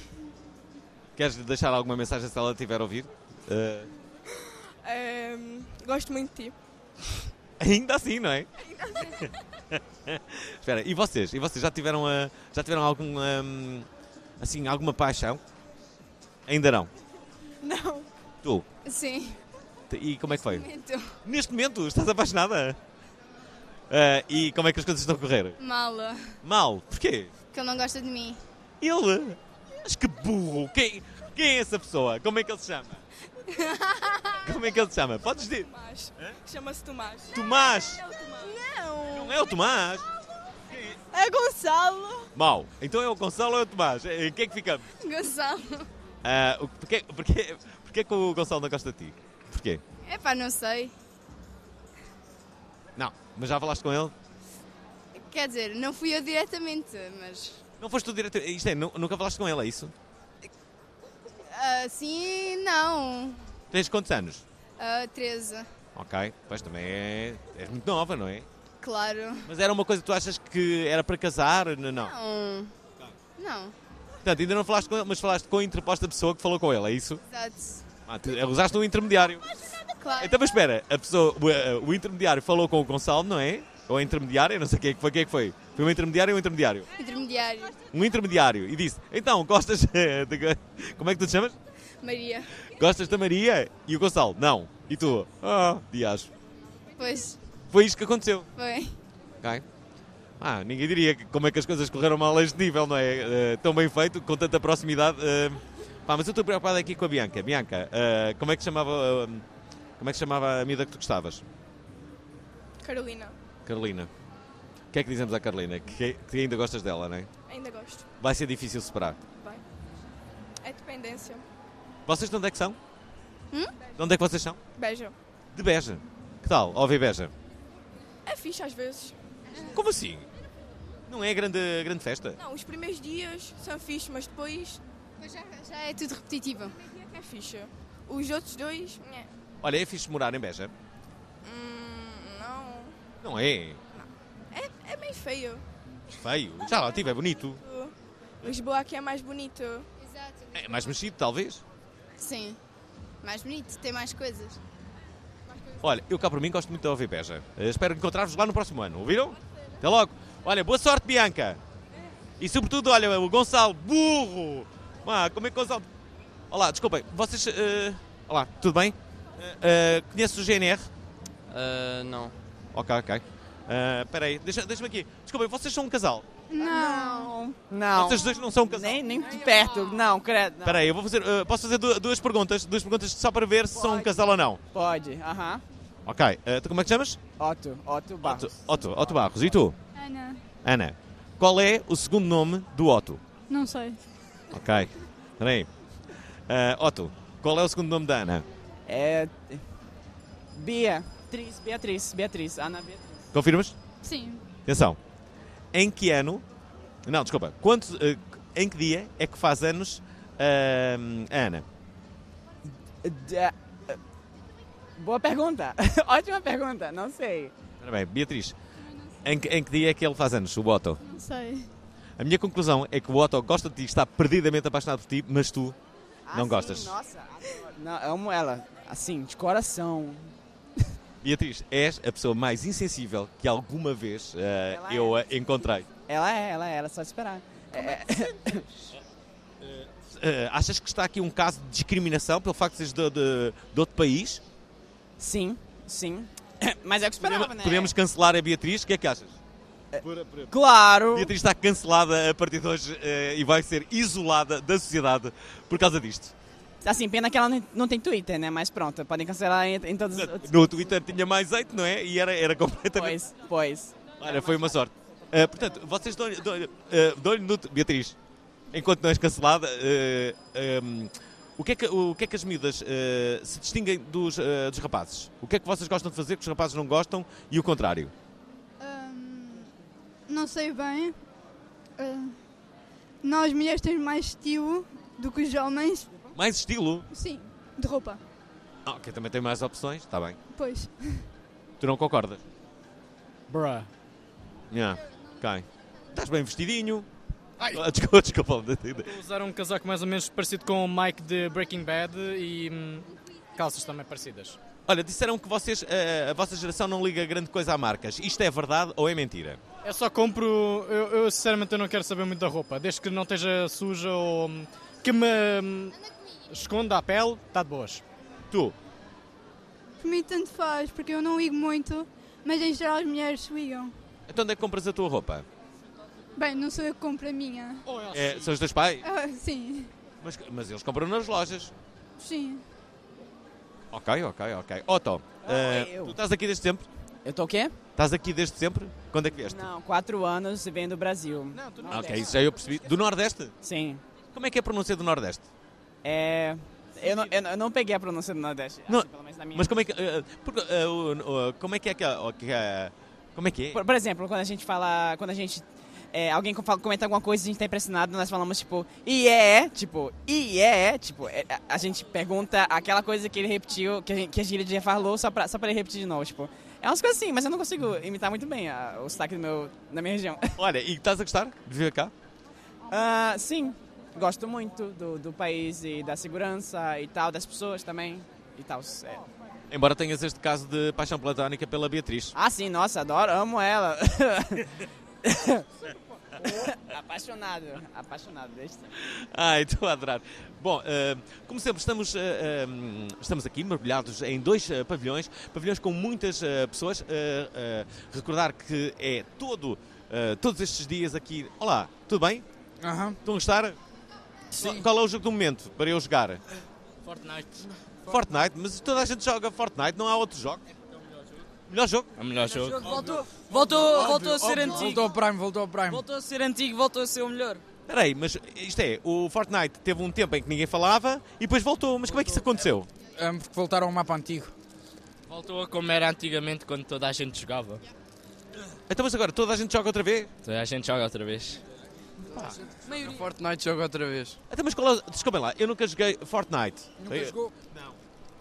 Speaker 6: Queres deixar alguma mensagem se ela tiver a ouvir? Eh,
Speaker 20: Ehm, gosto muito de ti.
Speaker 6: ainda assim, não é? Espera, e vocês? E vocês já tiveram, ah, já tiveram algum, ahm, assim, alguma paixão? Ainda não.
Speaker 19: Não.
Speaker 6: Tu?
Speaker 19: Sim.
Speaker 6: E como é que foi?
Speaker 19: Momento.
Speaker 6: Neste momento, estás apaixonada? Ah, e como é que as coisas estão a correr?
Speaker 19: Mala.
Speaker 6: Mal. Porquê?
Speaker 19: Que ele não gosta de mim.
Speaker 6: Ele? Mas que burro! Quem, quem é essa pessoa? Como é que ele se chama? Como é que ele se chama? Podes dizer.
Speaker 20: Tomás. Chama-se Tomás.
Speaker 6: Tomás.
Speaker 20: Não é o Tomás. Não.
Speaker 6: Não é o Tomás?
Speaker 20: É Gonçalo.
Speaker 6: Mau. Então é o Gonçalo ou é o Tomás? Em que é que ficamos?
Speaker 19: Gonçalo.
Speaker 6: Ah, o- porquê, porquê, porquê que o Gonçalo não gosta de ti? Porquê?
Speaker 19: Epá, não sei.
Speaker 6: Não. Mas já falaste com ele?
Speaker 19: Quer dizer, não fui eu diretamente, mas.
Speaker 6: Não foste tu direto. Isto é, nu- nunca falaste com ele, é isso?
Speaker 5: Ah, sim, não.
Speaker 6: Tens quantos anos?
Speaker 5: Ah, 13.
Speaker 6: Ok. Pois também é. És muito nova, não é?
Speaker 5: Claro.
Speaker 6: Mas era uma coisa que tu achas que era para casar? N- Não.
Speaker 19: Não. Não.
Speaker 6: Portanto, ainda não falaste com ele, mas falaste com a interposta pessoa que falou com ele, é isso?
Speaker 19: Exato.
Speaker 6: Ah, tu usaste um intermediário.
Speaker 19: Claro.
Speaker 6: Então, mas espera, a pessoa, o, eh, o intermediário falou com o Gonçalo, não é? Ou a intermediária, não sei quem é que foi, quem é que foi. Foi um intermediário ou um intermediário?
Speaker 19: Intermediário.
Speaker 6: Um intermediário. E disse, então, gostas eh, de... Como é que tu te chamas?
Speaker 19: Maria.
Speaker 6: Gostas da Maria? E o Gonçalo, não. E tu? Ah, diacho.
Speaker 19: Pois,
Speaker 6: Foi isto que aconteceu.
Speaker 19: foi.
Speaker 6: Ok. Ah, ninguém diria que- como é que as coisas correram mal a este nível, não é? Eh, tão bem feito, com tanta proximidade. eh. pá, mas eu estou preocupado aqui com a Bianca. Bianca, eh, como é que chamava eh, como é que chamava a miúda que tu gostavas?
Speaker 20: Carolina.
Speaker 6: Carolina. O que é que dizemos à Carolina? Que, que ainda gostas dela, não é?
Speaker 20: Ainda gosto.
Speaker 6: Vai ser difícil separar.
Speaker 20: Vai. É dependência.
Speaker 6: Vocês de onde é que são?
Speaker 20: Hum?
Speaker 6: De onde é que vocês são?
Speaker 20: Beijo.
Speaker 6: De Beja. Que tal? Ouvi Beja.
Speaker 20: É fixe às vezes.
Speaker 6: Como assim? Não é grande, grande festa?
Speaker 20: Não, os primeiros dias são fixe, mas depois
Speaker 19: Já, já é tudo repetitivo.
Speaker 20: é fixe. Os outros dois, nhé.
Speaker 6: Olha, é fixe morar em Beja.
Speaker 20: Hum, não.
Speaker 6: Não é?
Speaker 20: É, é meio feio.
Speaker 6: Feio. Já lá tive, é bonito.
Speaker 20: Lisboa aqui é mais bonito.
Speaker 19: Exato.
Speaker 6: É mais mexido, talvez.
Speaker 5: Sim. Mais bonito, tem mais coisas.
Speaker 6: Olha, eu cá por mim gosto muito da OV Beja. Eh, espero encontrar-vos lá no próximo ano, ouviram? Até logo. Olha, boa sorte, Bianca. E sobretudo, olha, o Gonçalo, burro. Ah, como é que o Gonçalo... Olá, desculpem, vocês... eh, Olá, tudo bem? Eh, eh, conheces o GNR? não. Ok, ok. Eh, Espera aí, deixa- deixa-me aqui. Desculpem, vocês são um casal?
Speaker 18: Não. Não.
Speaker 6: Vocês dois não são um casal?
Speaker 18: Nem, nem de perto. Não, credo. não.
Speaker 6: Espera aí, eu vou fazer... eh, posso fazer du- duas perguntas? Duas perguntas só para ver se são um casal ou não.
Speaker 18: Pode, aham.
Speaker 6: Ok, eh, tu como é que te chamas?
Speaker 18: Otto, Otto Barros.
Speaker 6: Otto, Otto, Otto Barros, e tu?
Speaker 21: Ana,
Speaker 6: Ana, qual é o segundo nome do Otto?
Speaker 21: não sei.
Speaker 6: Ok, peraí. Ah, Otto, qual é o segundo nome da Ana?
Speaker 18: É. Bia. Beatriz, Beatriz, Beatriz. Ana Beatriz.
Speaker 6: Confirmas?
Speaker 21: Sim.
Speaker 6: Atenção. Em que ano... Não, desculpa. Quantos, eh, em que dia é que faz anos ahm, a Ana?
Speaker 18: Da- eh, Boa pergunta. Ótima pergunta. Não sei.
Speaker 6: Ora bem, Beatriz, em que, em que dia é que ele faz anos, o Otto?
Speaker 21: Não sei.
Speaker 6: A minha conclusão é que o Otto gosta de ti, está perdidamente apaixonado por ti, mas tu
Speaker 18: Ah,
Speaker 6: não gostas.
Speaker 18: Nossa, adoro. não, amo ela. Assim, de coração.
Speaker 6: Beatriz, és a pessoa mais insensível que alguma vez eh,
Speaker 18: é
Speaker 6: eu a encontrei.
Speaker 18: Ela é, ela é, ela é só esperar. É,
Speaker 6: Eh, achas que está aqui um caso de discriminação pelo facto de seres de, de- de outro país?
Speaker 18: Sim, sim. Mas é o que esperava,
Speaker 6: Podemos,
Speaker 18: né? Eh,
Speaker 6: podemos cancelar a Beatriz? O que é que achas?
Speaker 18: Claro!
Speaker 6: Beatriz está cancelada a partir de hoje eh, e vai ser isolada da sociedade por causa disto.
Speaker 18: Assim, pena que ela não- não tem Twitter, né? Mas pronto, podem cancelar em, em todos os outros.
Speaker 6: No Twitter tinha mais jeito, não é? E era, era completamente.
Speaker 18: Pois, pois.
Speaker 6: Olha, foi uma sorte. Eh, portanto, vocês dão-lhe. dão-lhe, eh, dão-lhe no- Beatriz, enquanto não és cancelada, eh, ehm, o, que é que, o que é que as miúdas eh, se distinguem dos, eh, dos rapazes? O que é que vocês gostam de fazer que os rapazes não gostam e o contrário?
Speaker 21: Não sei bem. Ah, nós mulheres temos mais estilo do que os homens.
Speaker 6: Mais estilo?
Speaker 21: Sim, de roupa.
Speaker 6: Ah, ok, também tem mais opções, está bem.
Speaker 21: Pois.
Speaker 6: Tu não concordas?
Speaker 13: Bruh.
Speaker 6: Yeah. Ok. Estás bem vestidinho.
Speaker 13: Ai.
Speaker 6: Ah, desculpa, desculpa.
Speaker 8: Vou usar um casaco mais ou menos parecido com o Mike de Breaking Bad e hum, calças também parecidas.
Speaker 6: Olha, disseram que vocês, eh, a vossa geração não liga grande coisa a marcas. Isto é verdade ou é mentira?
Speaker 8: Eu só compro. Eu, eu, sinceramente eu não quero saber muito da roupa, desde que não esteja suja ou hum, que me hum, esconda a pele, está de boas.
Speaker 6: Tu?
Speaker 21: Por mim tanto faz, porque eu não ligo muito, mas em geral as mulheres ligam.
Speaker 6: Então onde é que compras a tua roupa?
Speaker 21: Bem, não sou eu que compro a minha.
Speaker 6: É, são os teus pais?
Speaker 21: Ah, sim,
Speaker 6: Mas, mas eles compram nas lojas.
Speaker 21: sim.
Speaker 6: Ok, ok, ok. Otto, eh,
Speaker 18: é eu.
Speaker 6: tu estás aqui desde sempre?
Speaker 18: Eu estou o quê?
Speaker 6: Estás aqui desde sempre? Quando é que vieste?
Speaker 18: Não, quatro anos vivendo do Brasil. Não, tu
Speaker 6: Ah, ok, isso já eu percebi. Do Nordeste?
Speaker 18: Sim.
Speaker 6: Como é que é a pronúncia do Nordeste?
Speaker 18: É. Eu não, eu não- eu não peguei a pronúncia do Nordeste.
Speaker 6: Não,
Speaker 18: assim, pelo menos na minha.
Speaker 6: mas como é que... eh, porque, eh, o- o- como é que é que... a- o que é- Como é que é?
Speaker 18: Por, por exemplo, quando a gente fala. Quando a gente. é, alguém co- fala- comenta alguma coisa e a gente tá impressionado, nós falamos tipo, e é, tipo, e é, tipo, é, a, a gente pergunta aquela coisa que ele repetiu, que a, gente- que a gíria já falou, só pra, só pra ele repetir de novo, tipo. É umas coisas assim, mas eu não consigo imitar muito bem a- o sotaque do meu, da minha região.
Speaker 6: Olha, e estás a gostar de vir cá?
Speaker 18: Ah, sim, gosto muito do, do país e da segurança e tal, das pessoas também e tal. é.
Speaker 6: Embora tenhas este caso de paixão platónica pela Beatriz.
Speaker 18: Ah, sim, nossa, adoro, amo ela. apaixonado, apaixonado, desde sempre.
Speaker 6: Ai, estou Ah, então a adorar. Bom, eh, como sempre, estamos, eh, eh, estamos aqui mergulhados em dois eh, pavilhões, pavilhões com muitas eh, pessoas. Eh, eh, recordar que é todo, eh, todos estes dias aqui. Olá, tudo bem?
Speaker 1: Aham.
Speaker 6: Estão a gostar? Sim. Qual é o jogo do momento para eu jogar?
Speaker 1: Fortnite.
Speaker 6: Fortnite, mas toda a gente joga Fortnite, não há outro jogo. Melhor jogo?
Speaker 1: É o melhor jogo.
Speaker 22: Voltou, voltou, voltou a ser
Speaker 1: Óbvio, óbvio.
Speaker 22: antigo.
Speaker 1: Voltou ao Prime, voltou ao Prime.
Speaker 22: Voltou a ser antigo, voltou a ser o melhor.
Speaker 6: Espera aí, mas isto é, o Fortnite teve um tempo em que ninguém falava e depois voltou. Mas como é que isso aconteceu?
Speaker 1: Ahm, Hum, porque voltaram ao mapa antigo.
Speaker 22: Voltou a como era antigamente quando toda a gente jogava.
Speaker 6: Então, mas agora toda a gente joga outra vez?
Speaker 22: Toda a gente joga outra vez.
Speaker 1: O Fortnite joga outra vez.
Speaker 6: Até mas qual é, desculpem lá, eu nunca joguei Fortnite.
Speaker 1: Nunca
Speaker 6: Eu-
Speaker 1: jogou?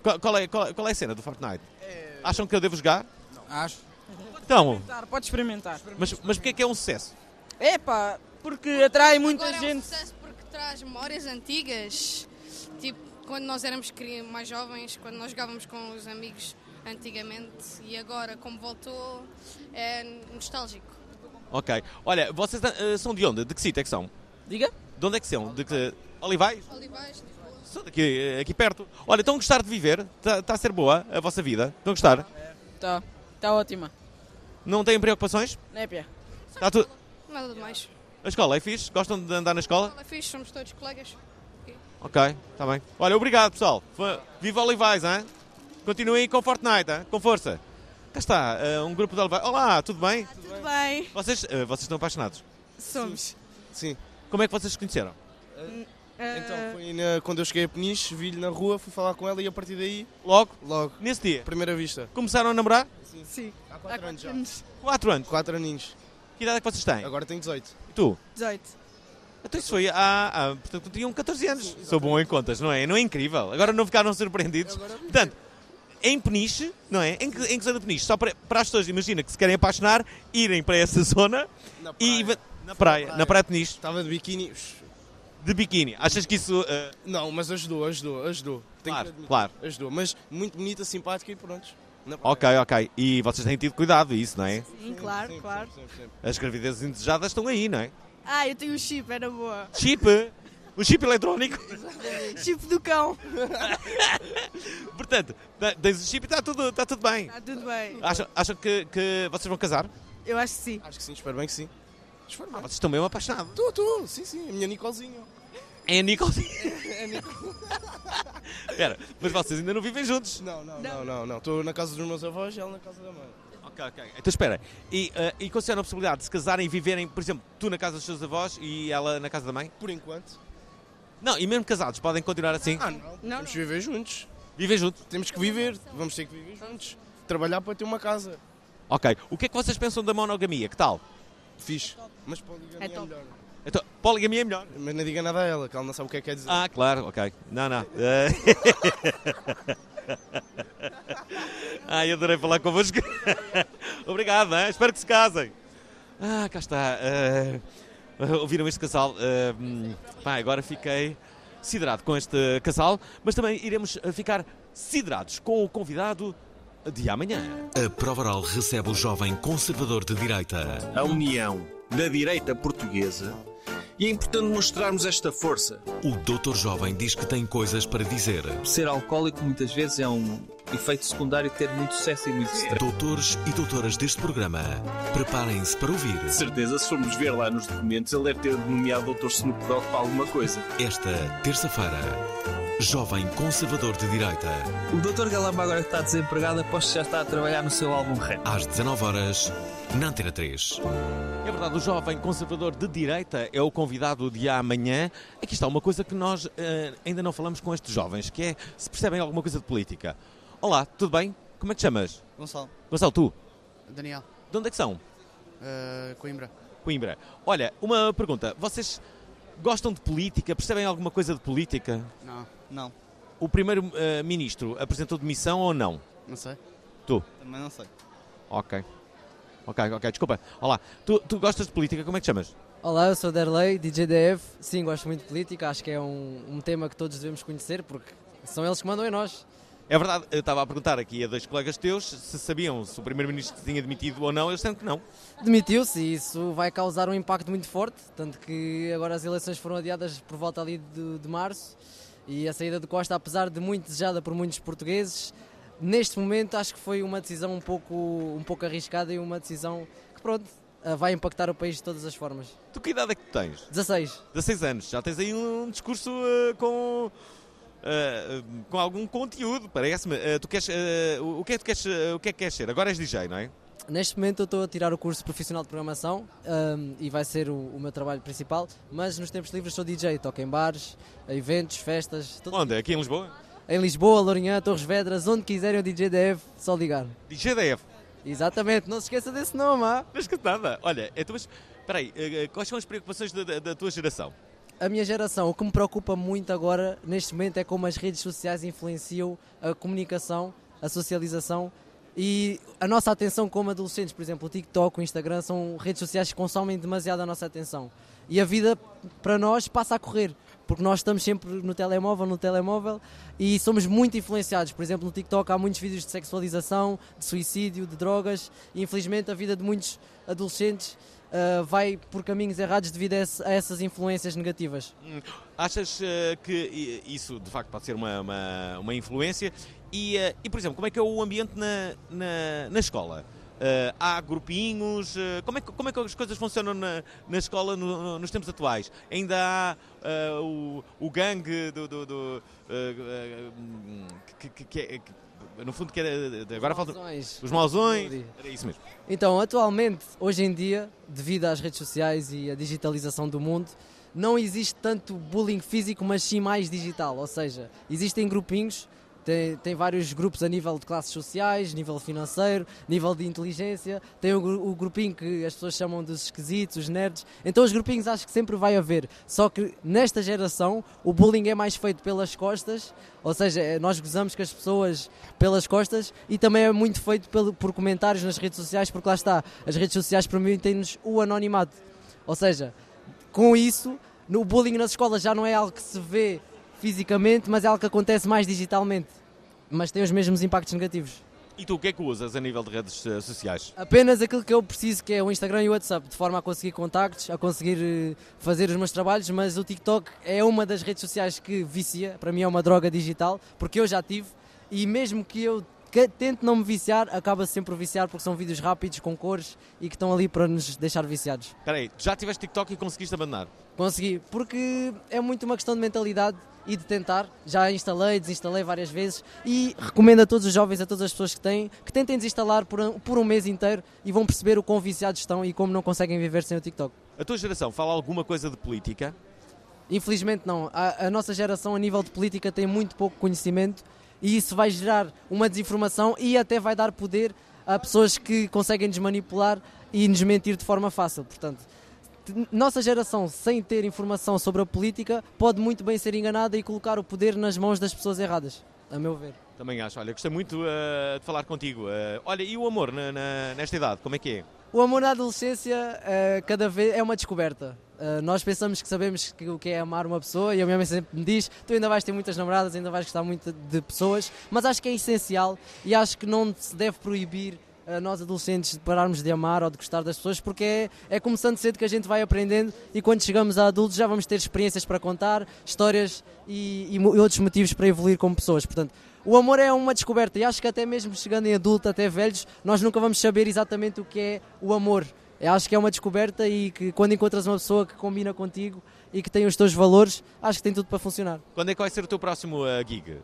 Speaker 6: Qual, qual é, qual, é- qual é a cena do Fortnite? Acham que eu devo jogar?
Speaker 1: É- Acho.
Speaker 6: Então,
Speaker 23: Tá,
Speaker 22: Pode experimentar.
Speaker 6: mas, mas porquê é que é um sucesso?
Speaker 22: Epá, porque atrai muita
Speaker 5: Agora é um
Speaker 22: gente.
Speaker 5: sucesso porque traz memórias antigas. Tipo, quando nós éramos cri- mais jovens, quando nós jogávamos com os amigos antigamente e agora, como voltou, é nostálgico.
Speaker 6: Ok. Olha, vocês eh, são de onde? De que sítio é que são?
Speaker 22: Diga.
Speaker 6: De onde é que são? De que... Olivais?
Speaker 5: Olivais, tipo, Lisboa.
Speaker 6: São daqui, eh, aqui perto. Olha, estão a gostar de viver? Está a ser boa a vossa vida? Estão a gostar?
Speaker 22: Tá, tá ótima.
Speaker 6: Não têm preocupações?
Speaker 22: Népia.
Speaker 6: Está tudo...
Speaker 5: Nada demais.
Speaker 6: A escola é fixe? Gostam de andar na escola?
Speaker 5: Ela é fixe, somos todos colegas.
Speaker 6: Ok, está bem. Olha, obrigado pessoal. Foi- Viva Olivais, hein? Continuem com Fortnite, hein? com força. Cá está, eh, um grupo de Olivais. Olá, tudo bem?
Speaker 24: Tudo bem?
Speaker 6: Vocês, eh, vocês estão apaixonados?
Speaker 24: Somos.
Speaker 9: Sim.
Speaker 6: Como é que vocês se conheceram?
Speaker 20: Ah,
Speaker 9: Então, foi na- quando eu cheguei a Peniche, vi-lhe na rua, fui falar com ela e a partir daí...
Speaker 6: Logo?
Speaker 9: Logo.
Speaker 6: Nesse dia?
Speaker 9: Primeira vista.
Speaker 6: Começaram a namorar?
Speaker 9: Sim.
Speaker 22: Há
Speaker 9: 4 anos já.
Speaker 6: Quatro anos?
Speaker 9: Quatro aninhos.
Speaker 6: Que idade é que vocês têm?
Speaker 9: Agora tenho 18.
Speaker 6: E tu?
Speaker 22: 18.
Speaker 6: Então isso foi há... há- portanto, tinham 14 anos. Sou bom em contas, não é? Não é incrível? Agora não ficaram surpreendidos? Portanto, em Peniche, não é? Em que, em que zona de Peniche? Só para, para as pessoas, imagina, que se querem apaixonar, irem para essa zona e... va- Na praia, na praia de Peniche.
Speaker 9: Estava de biquíni.
Speaker 6: De biquíni. Achas que isso... eh,
Speaker 9: Não, mas ajudou, ajudou, ajudou. Tenho
Speaker 6: Claro,
Speaker 9: que admitir.
Speaker 6: claro.
Speaker 9: Ajudou, mas muito bonita, simpática e pronto. Na praia.
Speaker 6: Ok, ok. E vocês têm tido cuidado isso, não é?
Speaker 24: Sim, claro, claro.
Speaker 6: As gravidezes indesejadas estão aí, não é?
Speaker 24: Ah, eu tenho um chip, era boa.
Speaker 6: Chip! O chip eletrónico!
Speaker 20: Tipo,
Speaker 24: chip do cão.
Speaker 6: Portanto, da- desde o chip está tudo, está Tá tudo bem.
Speaker 24: Está tudo bem.
Speaker 6: Acham, acham que, que vocês vão casar?
Speaker 24: Eu acho que sim.
Speaker 9: Acho que sim, espero bem que sim. Espero bem.
Speaker 6: Ah, Vocês estão mesmo apaixonados.
Speaker 9: Tu, tu, sim, sim, a minha Nicolzinha.
Speaker 6: É a Nicole.
Speaker 9: É a Nicol.
Speaker 6: Espera, mas vocês ainda não vivem juntos?
Speaker 9: Não, não, não, não, não. Estou na casa dos meus avós e ela na casa da mãe.
Speaker 6: Ok, ok. Então espera, e, eh, e consideram a possibilidade de se casarem e viverem, por exemplo, tu na casa dos seus avós e ela na casa da mãe?
Speaker 9: Por enquanto.
Speaker 6: Não, e mesmo casados, podem continuar assim?
Speaker 9: Ah, não. Temos que viver juntos.
Speaker 6: Viver juntos?
Speaker 9: Temos que viver, vamos ter que viver juntos. Trabalhar para ter uma casa.
Speaker 6: Ok. O que é que vocês pensam da monogamia? Que tal?
Speaker 9: Fixe. Mas poligamia é, melhor.
Speaker 6: Então, poligamia é melhor.
Speaker 9: Mas não diga nada a ela, que ela não sabe o que é que quer dizer.
Speaker 6: Ah, claro, ok. Não, não. Eh, Ai, adorei falar convosco. Obrigado, hein? espero que se casem. Ah, cá está. eh, ouviram este casal? eh, hum, pá, agora fiquei siderado com este casal, mas também iremos eh, ficar siderados com o convidado de amanhã.
Speaker 3: A Provaral recebe o jovem conservador de direita.
Speaker 25: a união da direita portuguesa e é importante mostrarmos esta força.
Speaker 3: O doutor jovem diz que tem coisas para dizer.
Speaker 25: Ser alcoólico muitas vezes é um, efeito secundário ter muito Um sucesso e muito stress.
Speaker 3: Doutores e doutoras deste programa, preparem-se para ouvir.
Speaker 25: De certeza, se formos ver lá nos documentos, ele deve ter nomeado Dr. Snoop Dogg para alguma coisa.
Speaker 3: Esta terça-feira, jovem conservador de direita,
Speaker 25: O Dr. Galamba agora que está desempregado, aposto que já está a trabalhar no seu álbum rap.
Speaker 3: às 19 horas na Antena 3.
Speaker 6: É verdade, o jovem conservador de direita é o convidado de amanhã. Aqui está uma coisa que nós eh, ainda não falamos com estes jovens, que é se percebem alguma coisa de política. Olá, tudo bem? Como é que te chamas?
Speaker 2: Gonçalo.
Speaker 6: Gonçalo, tu?
Speaker 2: Daniel,
Speaker 6: De onde é que são?
Speaker 2: eh, Coimbra.
Speaker 6: Coimbra. Olha, uma pergunta. Vocês gostam de política? Percebem alguma coisa de política?
Speaker 2: Não, não,
Speaker 6: O primeiro-ministro apresentou demissão ou não?
Speaker 2: não sei.
Speaker 6: Tu?
Speaker 2: Também não sei.
Speaker 6: Ok. Ok, ok, desculpa. Olá, tu, tu gostas de política? Como é que te chamas?
Speaker 4: Olá, eu sou Derlei, DJDF. Sim, gosto muito de política, acho que é um, um tema que todos devemos conhecer porque são eles que mandam em nós.
Speaker 6: É verdade, eu estava a perguntar aqui a dois colegas teus se sabiam se o primeiro-ministro tinha demitido ou não, eles disseram que não.
Speaker 4: Demitiu-se e isso vai causar um impacto muito forte, tanto que agora as eleições foram adiadas por volta ali de, de março e a saída de Costa, apesar de muito desejada por muitos portugueses, neste momento acho que foi uma decisão um pouco, um pouco arriscada e uma decisão que pronto, ah, vai impactar o país de todas as formas.
Speaker 6: Tu que idade é que tu tens?
Speaker 4: 16.
Speaker 6: 16 anos, já tens aí um discurso eh, com. eh, com algum conteúdo, parece-me. Eh, tu queres, eh, o, que é que tu queres, eh, o que é que queres ser? Agora és DJ, não é?
Speaker 4: Neste momento eu estou a tirar o curso profissional de programação ahm, e vai ser o, o meu trabalho principal, mas nos tempos livres sou DJ, toco em bares, eventos, festas, tudo.
Speaker 6: Onde? é Aqui em Lisboa?
Speaker 4: Em Lisboa, Lourinhã, Torres Vedras, onde quiserem o DJ DF, só ligar.
Speaker 6: DJ DF?
Speaker 4: Exatamente, não se esqueça desse nome, ah.
Speaker 6: Mas que nada. Olha, então, mas, espera aí, eh, quais são as preocupações da, da- da tua geração?
Speaker 4: A minha geração, o que me preocupa muito agora, neste momento, é como as redes sociais influenciam a comunicação, a socialização e a nossa atenção como adolescentes. Por exemplo, o TikTok, o Instagram são redes sociais que consomem demasiado a nossa atenção. E a vida, para nós, passa a correr, porque nós estamos sempre no telemóvel, no telemóvel e somos muito influenciados. Por exemplo, no TikTok há muitos vídeos de sexualização, de suicídio, de drogas e, infelizmente, a vida de muitos adolescentes. ah, vai por caminhos errados devido a esse- a essas influências negativas.
Speaker 6: Hum, Achas eh, que i- isso de facto pode ser uma, uma, uma influência? E, eh, e, por exemplo, como é que é o ambiente na, na, na escola? Eh, há grupinhos? eh, como, é que, como é que as coisas funcionam na, na escola no- no- nos tempos atuais? Ainda há eh, o, o gangue do. do- do, eh, eh, hum, que, que- que é- que- no fundo, que era. de- Agora falta.
Speaker 4: mauzões.
Speaker 6: Os mausões. Era isso mesmo.
Speaker 4: Então, atualmente, hoje em dia, devido às redes sociais e à digitalização do mundo, não existe tanto bullying físico, mas sim mais digital. Ou seja, existem grupinhos, tem, tem vários grupos a nível de classes sociais, nível financeiro, nível de inteligência. Tem o, gru- o grupinho que as pessoas chamam dos esquisitos, os nerds. Então, os grupinhos acho que sempre vai haver. Só que nesta geração, o bullying é mais feito pelas costas, ou seja, eh, nós gozamos com as pessoas pelas costas e também é muito feito pelo- por comentários nas redes sociais, porque lá está, as redes sociais permitem-nos o anonimato. Ou seja, com isso, no o bullying nas escolas já não é algo que se vê fisicamente, mas é algo que acontece mais digitalmente. Mas tem os mesmos impactos negativos.
Speaker 6: E tu o que é que usas a nível de redes eh, sociais?
Speaker 4: Apenas aquilo que eu preciso, que é o Instagram e o WhatsApp, de forma a conseguir contactos, a conseguir eh, fazer os meus trabalhos, mas o TikTok é uma das redes sociais que vicia, para mim é uma droga digital, porque eu já tive, e mesmo que eu que- tente não me viciar, acaba sempre por viciar, porque são vídeos rápidos, com cores, e que estão ali para nos deixar viciados.
Speaker 6: Espera aí, já tiveste TikTok e conseguiste abandonar?
Speaker 4: Consegui, porque é muito uma questão de mentalidade e de tentar. Já instalei, desinstalei várias vezes e recomendo a todos os jovens, a todas as pessoas que têm, que tentem desinstalar por um, por um mês inteiro e vão perceber o quão viciados estão e como não conseguem viver sem o TikTok.
Speaker 6: A tua geração fala alguma coisa de política?
Speaker 4: Infelizmente não. A, a nossa geração a nível de política tem muito pouco conhecimento e isso vai gerar uma desinformação e até vai dar poder a pessoas que conseguem nos manipular e nos mentir de forma fácil. Portanto, t- nossa geração sem ter informação sobre a política pode muito bem ser enganada e colocar o poder nas mãos das pessoas erradas, a meu ver.
Speaker 6: Também acho. Olha, gostei muito eh, de falar contigo. Eh, olha, e o amor na- na- nesta idade, como é que é?
Speaker 4: O amor na adolescência eh, cada vez é uma descoberta. Eh, nós pensamos que sabemos que, o que é amar uma pessoa e a minha mãe sempre me diz tu ainda vais ter muitas namoradas, ainda vais gostar muito de pessoas, mas acho que é essencial e acho que não se deve proibir a nós adolescentes de pararmos de amar ou de gostar das pessoas porque é, é começando cedo que a gente vai aprendendo e quando chegamos a adultos já vamos ter experiências para contar, histórias e, e mo- e outros motivos para evoluir como pessoas. Portanto, O amor é uma descoberta e acho que até mesmo chegando em adulto, até velhos, nós nunca vamos saber exatamente o que é o amor. Eu acho que é uma descoberta e que quando encontras uma pessoa que combina contigo e que tem os teus valores, acho que tem tudo para funcionar.
Speaker 6: Quando é que vai ser o teu próximo eh, gig?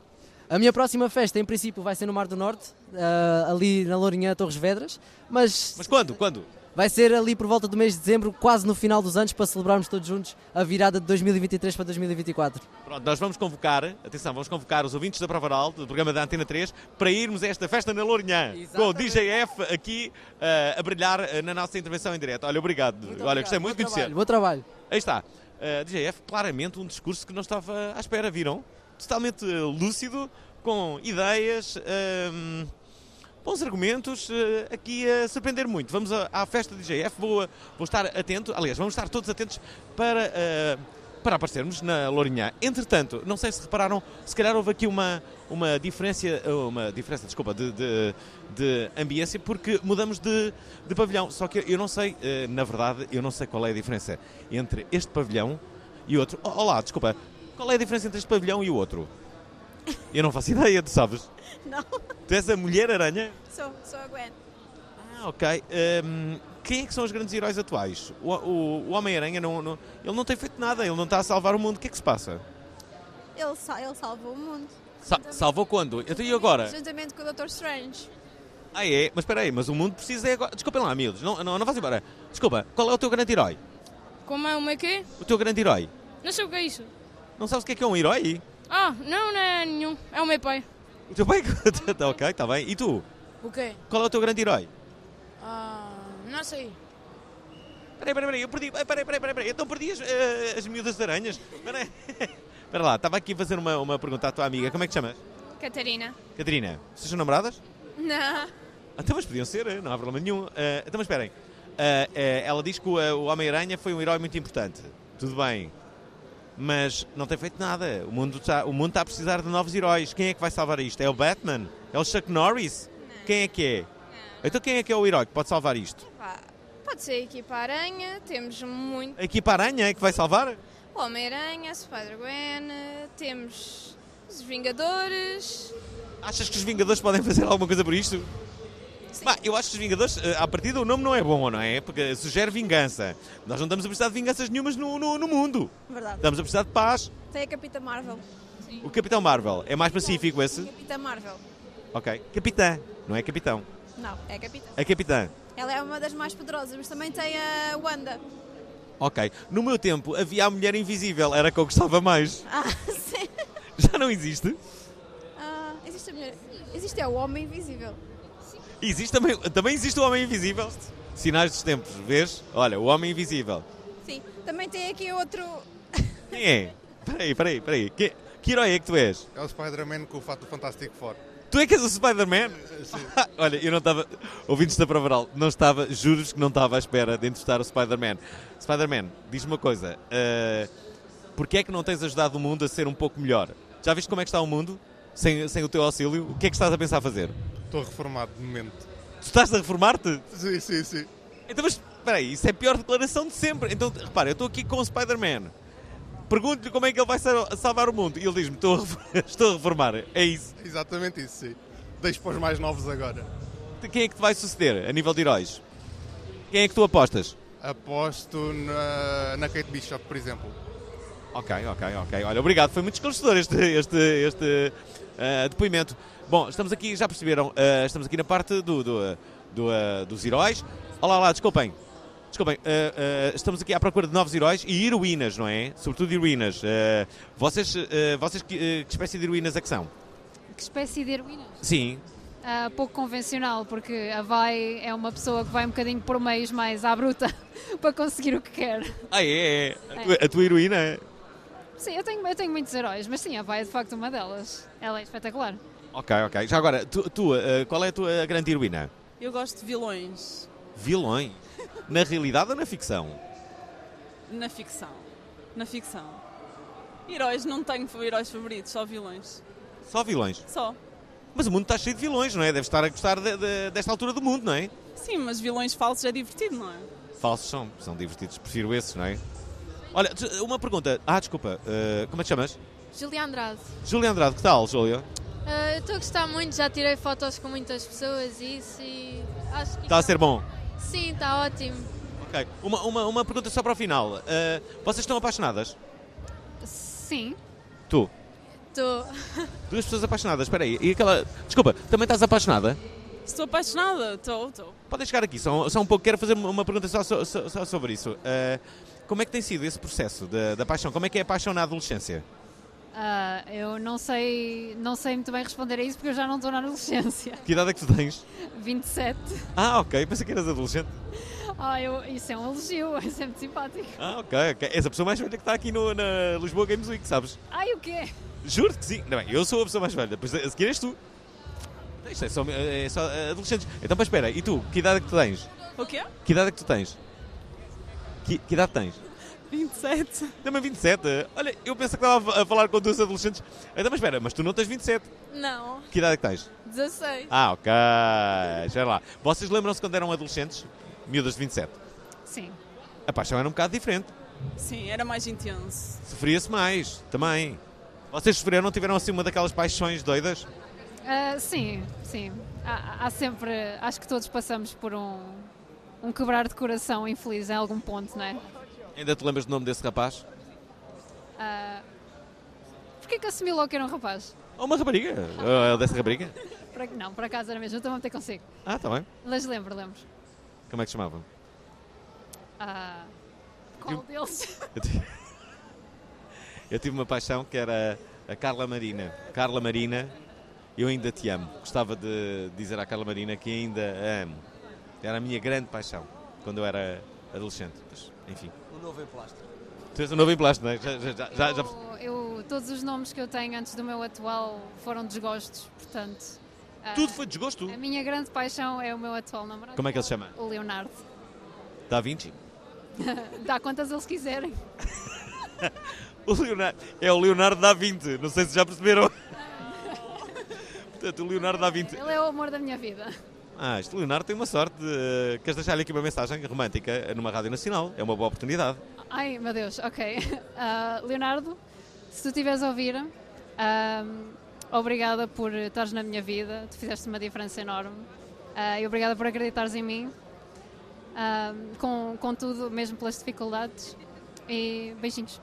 Speaker 4: A minha próxima festa, em princípio, vai ser no Mar do Norte, ah, ali na Lourinhã, Torres Vedras, mas...
Speaker 6: Mas quando? Quando?
Speaker 4: Vai ser ali por volta do mês de dezembro, quase no final dos anos, para celebrarmos todos juntos a virada de 2023 para 2024.
Speaker 6: Pronto, nós vamos convocar, atenção, vamos convocar os ouvintes da Provaral, do programa da Antena 3, para irmos a esta festa na Lourinhã, com o DJF aqui eh, a brilhar eh, na nossa intervenção em direto. Olha, obrigado. Olha, gostei muito de conhecer.
Speaker 4: Bom trabalho.
Speaker 6: Aí está. Uh, DJF, claramente um discurso que não estava à espera, viram? Totalmente uh, lúcido, com ideias, um, bons argumentos, uh, aqui a surpreender muito. Vamos a- à festa de DJF, vou, uh, vou estar atento, aliás, vamos estar todos atentos para, uh, para aparecermos na Lourinhã. Entretanto, não sei se repararam, se calhar houve aqui uma, uma diferença, eh, uma diferença, desculpa, de, de, de ambiência, porque mudamos de, de pavilhão. Só que eu não sei, eh, na verdade, eu não sei qual é a diferença entre este pavilhão e outro. Oh, Olá, desculpa. Qual é a diferença entre este pavilhão e o outro? Eu não faço ideia, tu sabes.
Speaker 20: Não.
Speaker 6: Tu és a Mulher-Aranha?
Speaker 20: Sou, sou a Gwen.
Speaker 6: Ah, ok. Ehm, quem é que são os grandes heróis atuais? O, o- o Homem-Aranha, não, não- ele não tem feito nada, ele não está a salvar o mundo. O que é que se passa?
Speaker 20: Ele, sa ele salvou o mundo.
Speaker 6: Sa- salvou quando? Então e agora?
Speaker 20: Juntamente com o Dr. Strange.
Speaker 6: Ah, é? Mas espera aí, mas o mundo precisa é agora... Desculpem lá, amigos, não, não, não vá embora. Desculpa, qual é o teu grande herói?
Speaker 19: Como é, uma quê?
Speaker 6: O teu grande herói?
Speaker 19: Não sei o que é isso.
Speaker 6: Não sabes o que é que é um herói?
Speaker 19: Ah, não, não é nenhum. É o meu pai.
Speaker 6: O teu pai... tá, ok, está bem. E tu?
Speaker 7: O quê?
Speaker 6: Qual é o teu grande herói?
Speaker 7: Ah, não sei.
Speaker 6: Peraí, peraí, peraí, eu perdi. Peraí, peraí, peraí, peraí. Então perdi as, eh, as miúdas de aranhas. Peraí. Espera lá, estava aqui a fazer uma, uma pergunta à tua amiga. Como é que te chamas?
Speaker 20: Catarina.
Speaker 6: Catarina. Vocês são namoradas?
Speaker 20: Não.
Speaker 6: Ah, Então, mas podiam ser, eh, não há problema nenhum. Eh, então, mas esperem. Ah, eh, ela diz que o, eh, o Homem-Aranha foi um herói muito importante. Tudo bem. Mas não tem feito nada. O mundo está o mundo está a precisar de novos heróis. Quem é que vai salvar isto? É o Batman? É o Chuck Norris? Quem é que é? Então quem é que é o herói que pode salvar isto?
Speaker 20: Pá, pode ser a equipa Aranha, temos muito.
Speaker 6: A equipa Aranha é que vai salvar?
Speaker 20: Homem-Aranha, Spider-Gwen, temos os Vingadores.
Speaker 6: Achas que os Vingadores podem fazer alguma coisa por isto? Bah, eu acho que os Vingadores, eh, à partida, o nome não é bom, não é? Porque sugere vingança. Nós não estamos a precisar de vinganças nenhumas no, no, no mundo.
Speaker 20: Verdade.
Speaker 6: Estamos a precisar de paz.
Speaker 20: Tem a Capitã Marvel. Sim.
Speaker 6: O Capitão Marvel é mais pacífico esse?
Speaker 20: Capitã Marvel.
Speaker 6: Ok. Capitã, não é capitão.
Speaker 20: Não, é a Capitã.
Speaker 6: É capitã.
Speaker 20: Ela é uma das mais poderosas, mas também tem a Wanda.
Speaker 6: Ok. No meu tempo havia a Mulher Invisível, era a que eu gostava mais.
Speaker 20: Ah, sim.
Speaker 6: Já não existe?
Speaker 20: Ah, existe a mulher. Existe é o Homem Invisível.
Speaker 6: Existe também, também existe o Homem Invisível. Sinais dos tempos, vês? Olha, o Homem Invisível.
Speaker 20: Sim. Também tem aqui outro.
Speaker 6: Quem é? Peraí, peraí, peraí. Que, que herói é que tu és?
Speaker 11: É o Spider-Man com o fato fantástico fora.
Speaker 6: Tu é que és o Spider-Man? Olha, eu não estava. Ouvintes da Provaral, não estava, juro-vos que não estava à espera de entrevistar o Spider-Man. Spider-Man, diz-me uma coisa: eh, porquê é que não tens ajudado o mundo a ser um pouco melhor? Já viste como é que está o mundo sem, sem o teu auxílio? O que é que estás a pensar fazer?
Speaker 11: Estou reformado de momento.
Speaker 6: Tu estás a reformar-te?
Speaker 11: Sim, sim, sim.
Speaker 6: Então, mas espera aí, isso é a pior declaração de sempre. Então, repara, eu estou aqui com o Spider-Man. Pergunto-lhe como é que ele vai sal- salvar o mundo. E ele diz-me: "Estou a refor- estou a reformar. É isso.
Speaker 11: Exatamente isso, sim. Deixo para os mais novos agora.
Speaker 6: Quem é que te vai suceder a nível de heróis? Quem é que tu apostas?
Speaker 11: Aposto na, na Kate Bishop, por exemplo.
Speaker 6: Ok, ok, ok. Olha, obrigado. Foi muito esclarecedor este, este, este ah, depoimento. Bom, estamos aqui, já perceberam, ah, estamos aqui na parte do, do, ah, do, ah, dos heróis. Olá, lá, desculpem. Desculpem, ah, ah, estamos aqui à procura de novos heróis e heroínas, não é? Sobretudo heroínas. Ah, vocês ah, vocês que, ah, que espécie de heroínas é que são?
Speaker 14: Que espécie de heroína?
Speaker 6: Sim.
Speaker 14: Ah, pouco convencional, porque a Vai é uma pessoa que vai um bocadinho por meios mais à bruta para conseguir o que quer.
Speaker 6: Ah, é? é. A, tua, a tua heroína é?
Speaker 14: Sim, eu tenho, eu tenho muitos heróis, mas sim, a Vai é de facto uma delas. Ela é espetacular.
Speaker 6: Ok, ok. Já agora, tu, tu, ah, qual é a tua grande heroína?
Speaker 16: Eu gosto de vilões
Speaker 6: Vilões. Na realidade ou na ficção?
Speaker 16: na ficção. Na ficção. Heróis, não tenho heróis favoritos, só vilões.
Speaker 6: Só vilões.
Speaker 16: Só.
Speaker 6: Mas o mundo está cheio de vilões, não é? Deve estar a gostar de- de- desta altura do mundo, não é?
Speaker 16: Sim, mas vilões falsos é divertido, não é?
Speaker 6: Falsos são, são divertidos, prefiro esses, não é? Olha, tu- uma pergunta. Ah, desculpa, eh, como é que te chamas?
Speaker 26: Julia Andrade.
Speaker 6: Júlia Andrade, que tal, Júlia?
Speaker 27: Ah, eu estou a gostar muito, já tirei fotos com muitas pessoas e isso e acho que
Speaker 6: Está a ser bom.
Speaker 27: sim, está ótimo.
Speaker 6: Ok. Uma, uma, uma pergunta só para o final. Eh, vocês estão apaixonadas?
Speaker 27: Sim,
Speaker 6: Tu.
Speaker 27: estou.
Speaker 6: Duas pessoas apaixonadas, espera aí. E aquela. Desculpa, também estás apaixonada?
Speaker 17: Estou apaixonada, estou, estou.
Speaker 6: Podem chegar aqui, só, só um pouco. Quero fazer uma pergunta só, so- so- só sobre isso. Eh, como é que tem sido esse processo da, da paixão? Como é que é a paixão na adolescência?
Speaker 28: Ah, eu não sei, não sei muito bem responder a isso porque eu já não estou na adolescência.
Speaker 6: Que idade é que tu tens?
Speaker 28: 27.
Speaker 6: Ah, ok, pensei que eras adolescente.
Speaker 28: Ah, eu, isso é um elogio, é sempre simpático.
Speaker 6: Ah, ok, ok. És a pessoa mais velha que está aqui no, na Lisboa Games Week, sabes?
Speaker 28: Ai, o quê?
Speaker 6: Juro que sim. Não, bem, eu sou a pessoa mais velha, depois a seguir és tu. Isto é só, é só adolescentes. Então, mas espera, e tu? Que idade é que tu tens?
Speaker 17: O quê?
Speaker 6: Que idade é que tu tens? Que, que idade tens?
Speaker 17: 27.
Speaker 6: Também 27? Olha, eu pensei que estava a- a falar com dois adolescentes. Então, mas espera, mas tu não tens 27.
Speaker 29: Não.
Speaker 6: Que idade é que tens?
Speaker 29: 16.
Speaker 6: Ah, ok. Já lá. Vocês lembram-se quando eram adolescentes? Miúdas de 27.
Speaker 28: Sim.
Speaker 6: A paixão era um bocado diferente.
Speaker 17: Sim, era mais intenso.
Speaker 6: Sofria-se mais, também. Vocês sofreram, não tiveram assim uma daquelas paixões doidas?
Speaker 28: Ah, sim, sim. Há, há sempre, acho que todos passamos por um, um quebrar de coração infeliz em algum ponto, não é?
Speaker 6: Ainda te lembras do nome desse rapaz?
Speaker 28: Ah, Porquê que assumi logo que era um rapaz?
Speaker 6: Ou uma rapariga? Ou dessa rapariga?
Speaker 28: Por ac- não, por acaso era mesmo, eu também até consigo.
Speaker 6: Ah, está bem.
Speaker 28: Mas lembro, lembro.
Speaker 6: Como é que se chamava?
Speaker 28: Ah, qual deles?
Speaker 6: Eu ti- Eu tive uma paixão que era a Carla Marina. Carla Marina, eu ainda te amo. Gostava de dizer à Carla Marina que ainda a amo. Era a minha grande paixão quando eu era adolescente. Mas, enfim.
Speaker 25: O novo emplastro.
Speaker 6: Tu és um novo emplasto, não é? Já, já, já, já, já-
Speaker 28: Eu- eu- todos os nomes que eu tenho antes do meu atual foram desgostos, portanto. ah,
Speaker 6: Tudo foi desgosto?
Speaker 28: A minha grande paixão é o meu atual namorado.
Speaker 6: Como é que ele se chama?
Speaker 28: O Leonardo.
Speaker 6: Dá 20?
Speaker 28: Dá quantas eles quiserem.
Speaker 6: O Leonardo, é o Leonardo da 20. Não sei se já perceberam. Portanto, o Leonardo da 20.
Speaker 28: Ele é o amor da minha vida.
Speaker 6: Ah, este Leonardo tem uma sorte. De... eh, Queres deixar-lhe aqui uma mensagem romântica numa rádio nacional? É uma boa oportunidade.
Speaker 28: Ai, meu Deus, ok. Ah, Leonardo, se tu estiveres a ouvir, ah, obrigada por estares na minha vida, tu fizeste uma diferença enorme. Ah, e obrigada por acreditares em mim, ah, com, com tudo, mesmo pelas dificuldades. E beijinhos.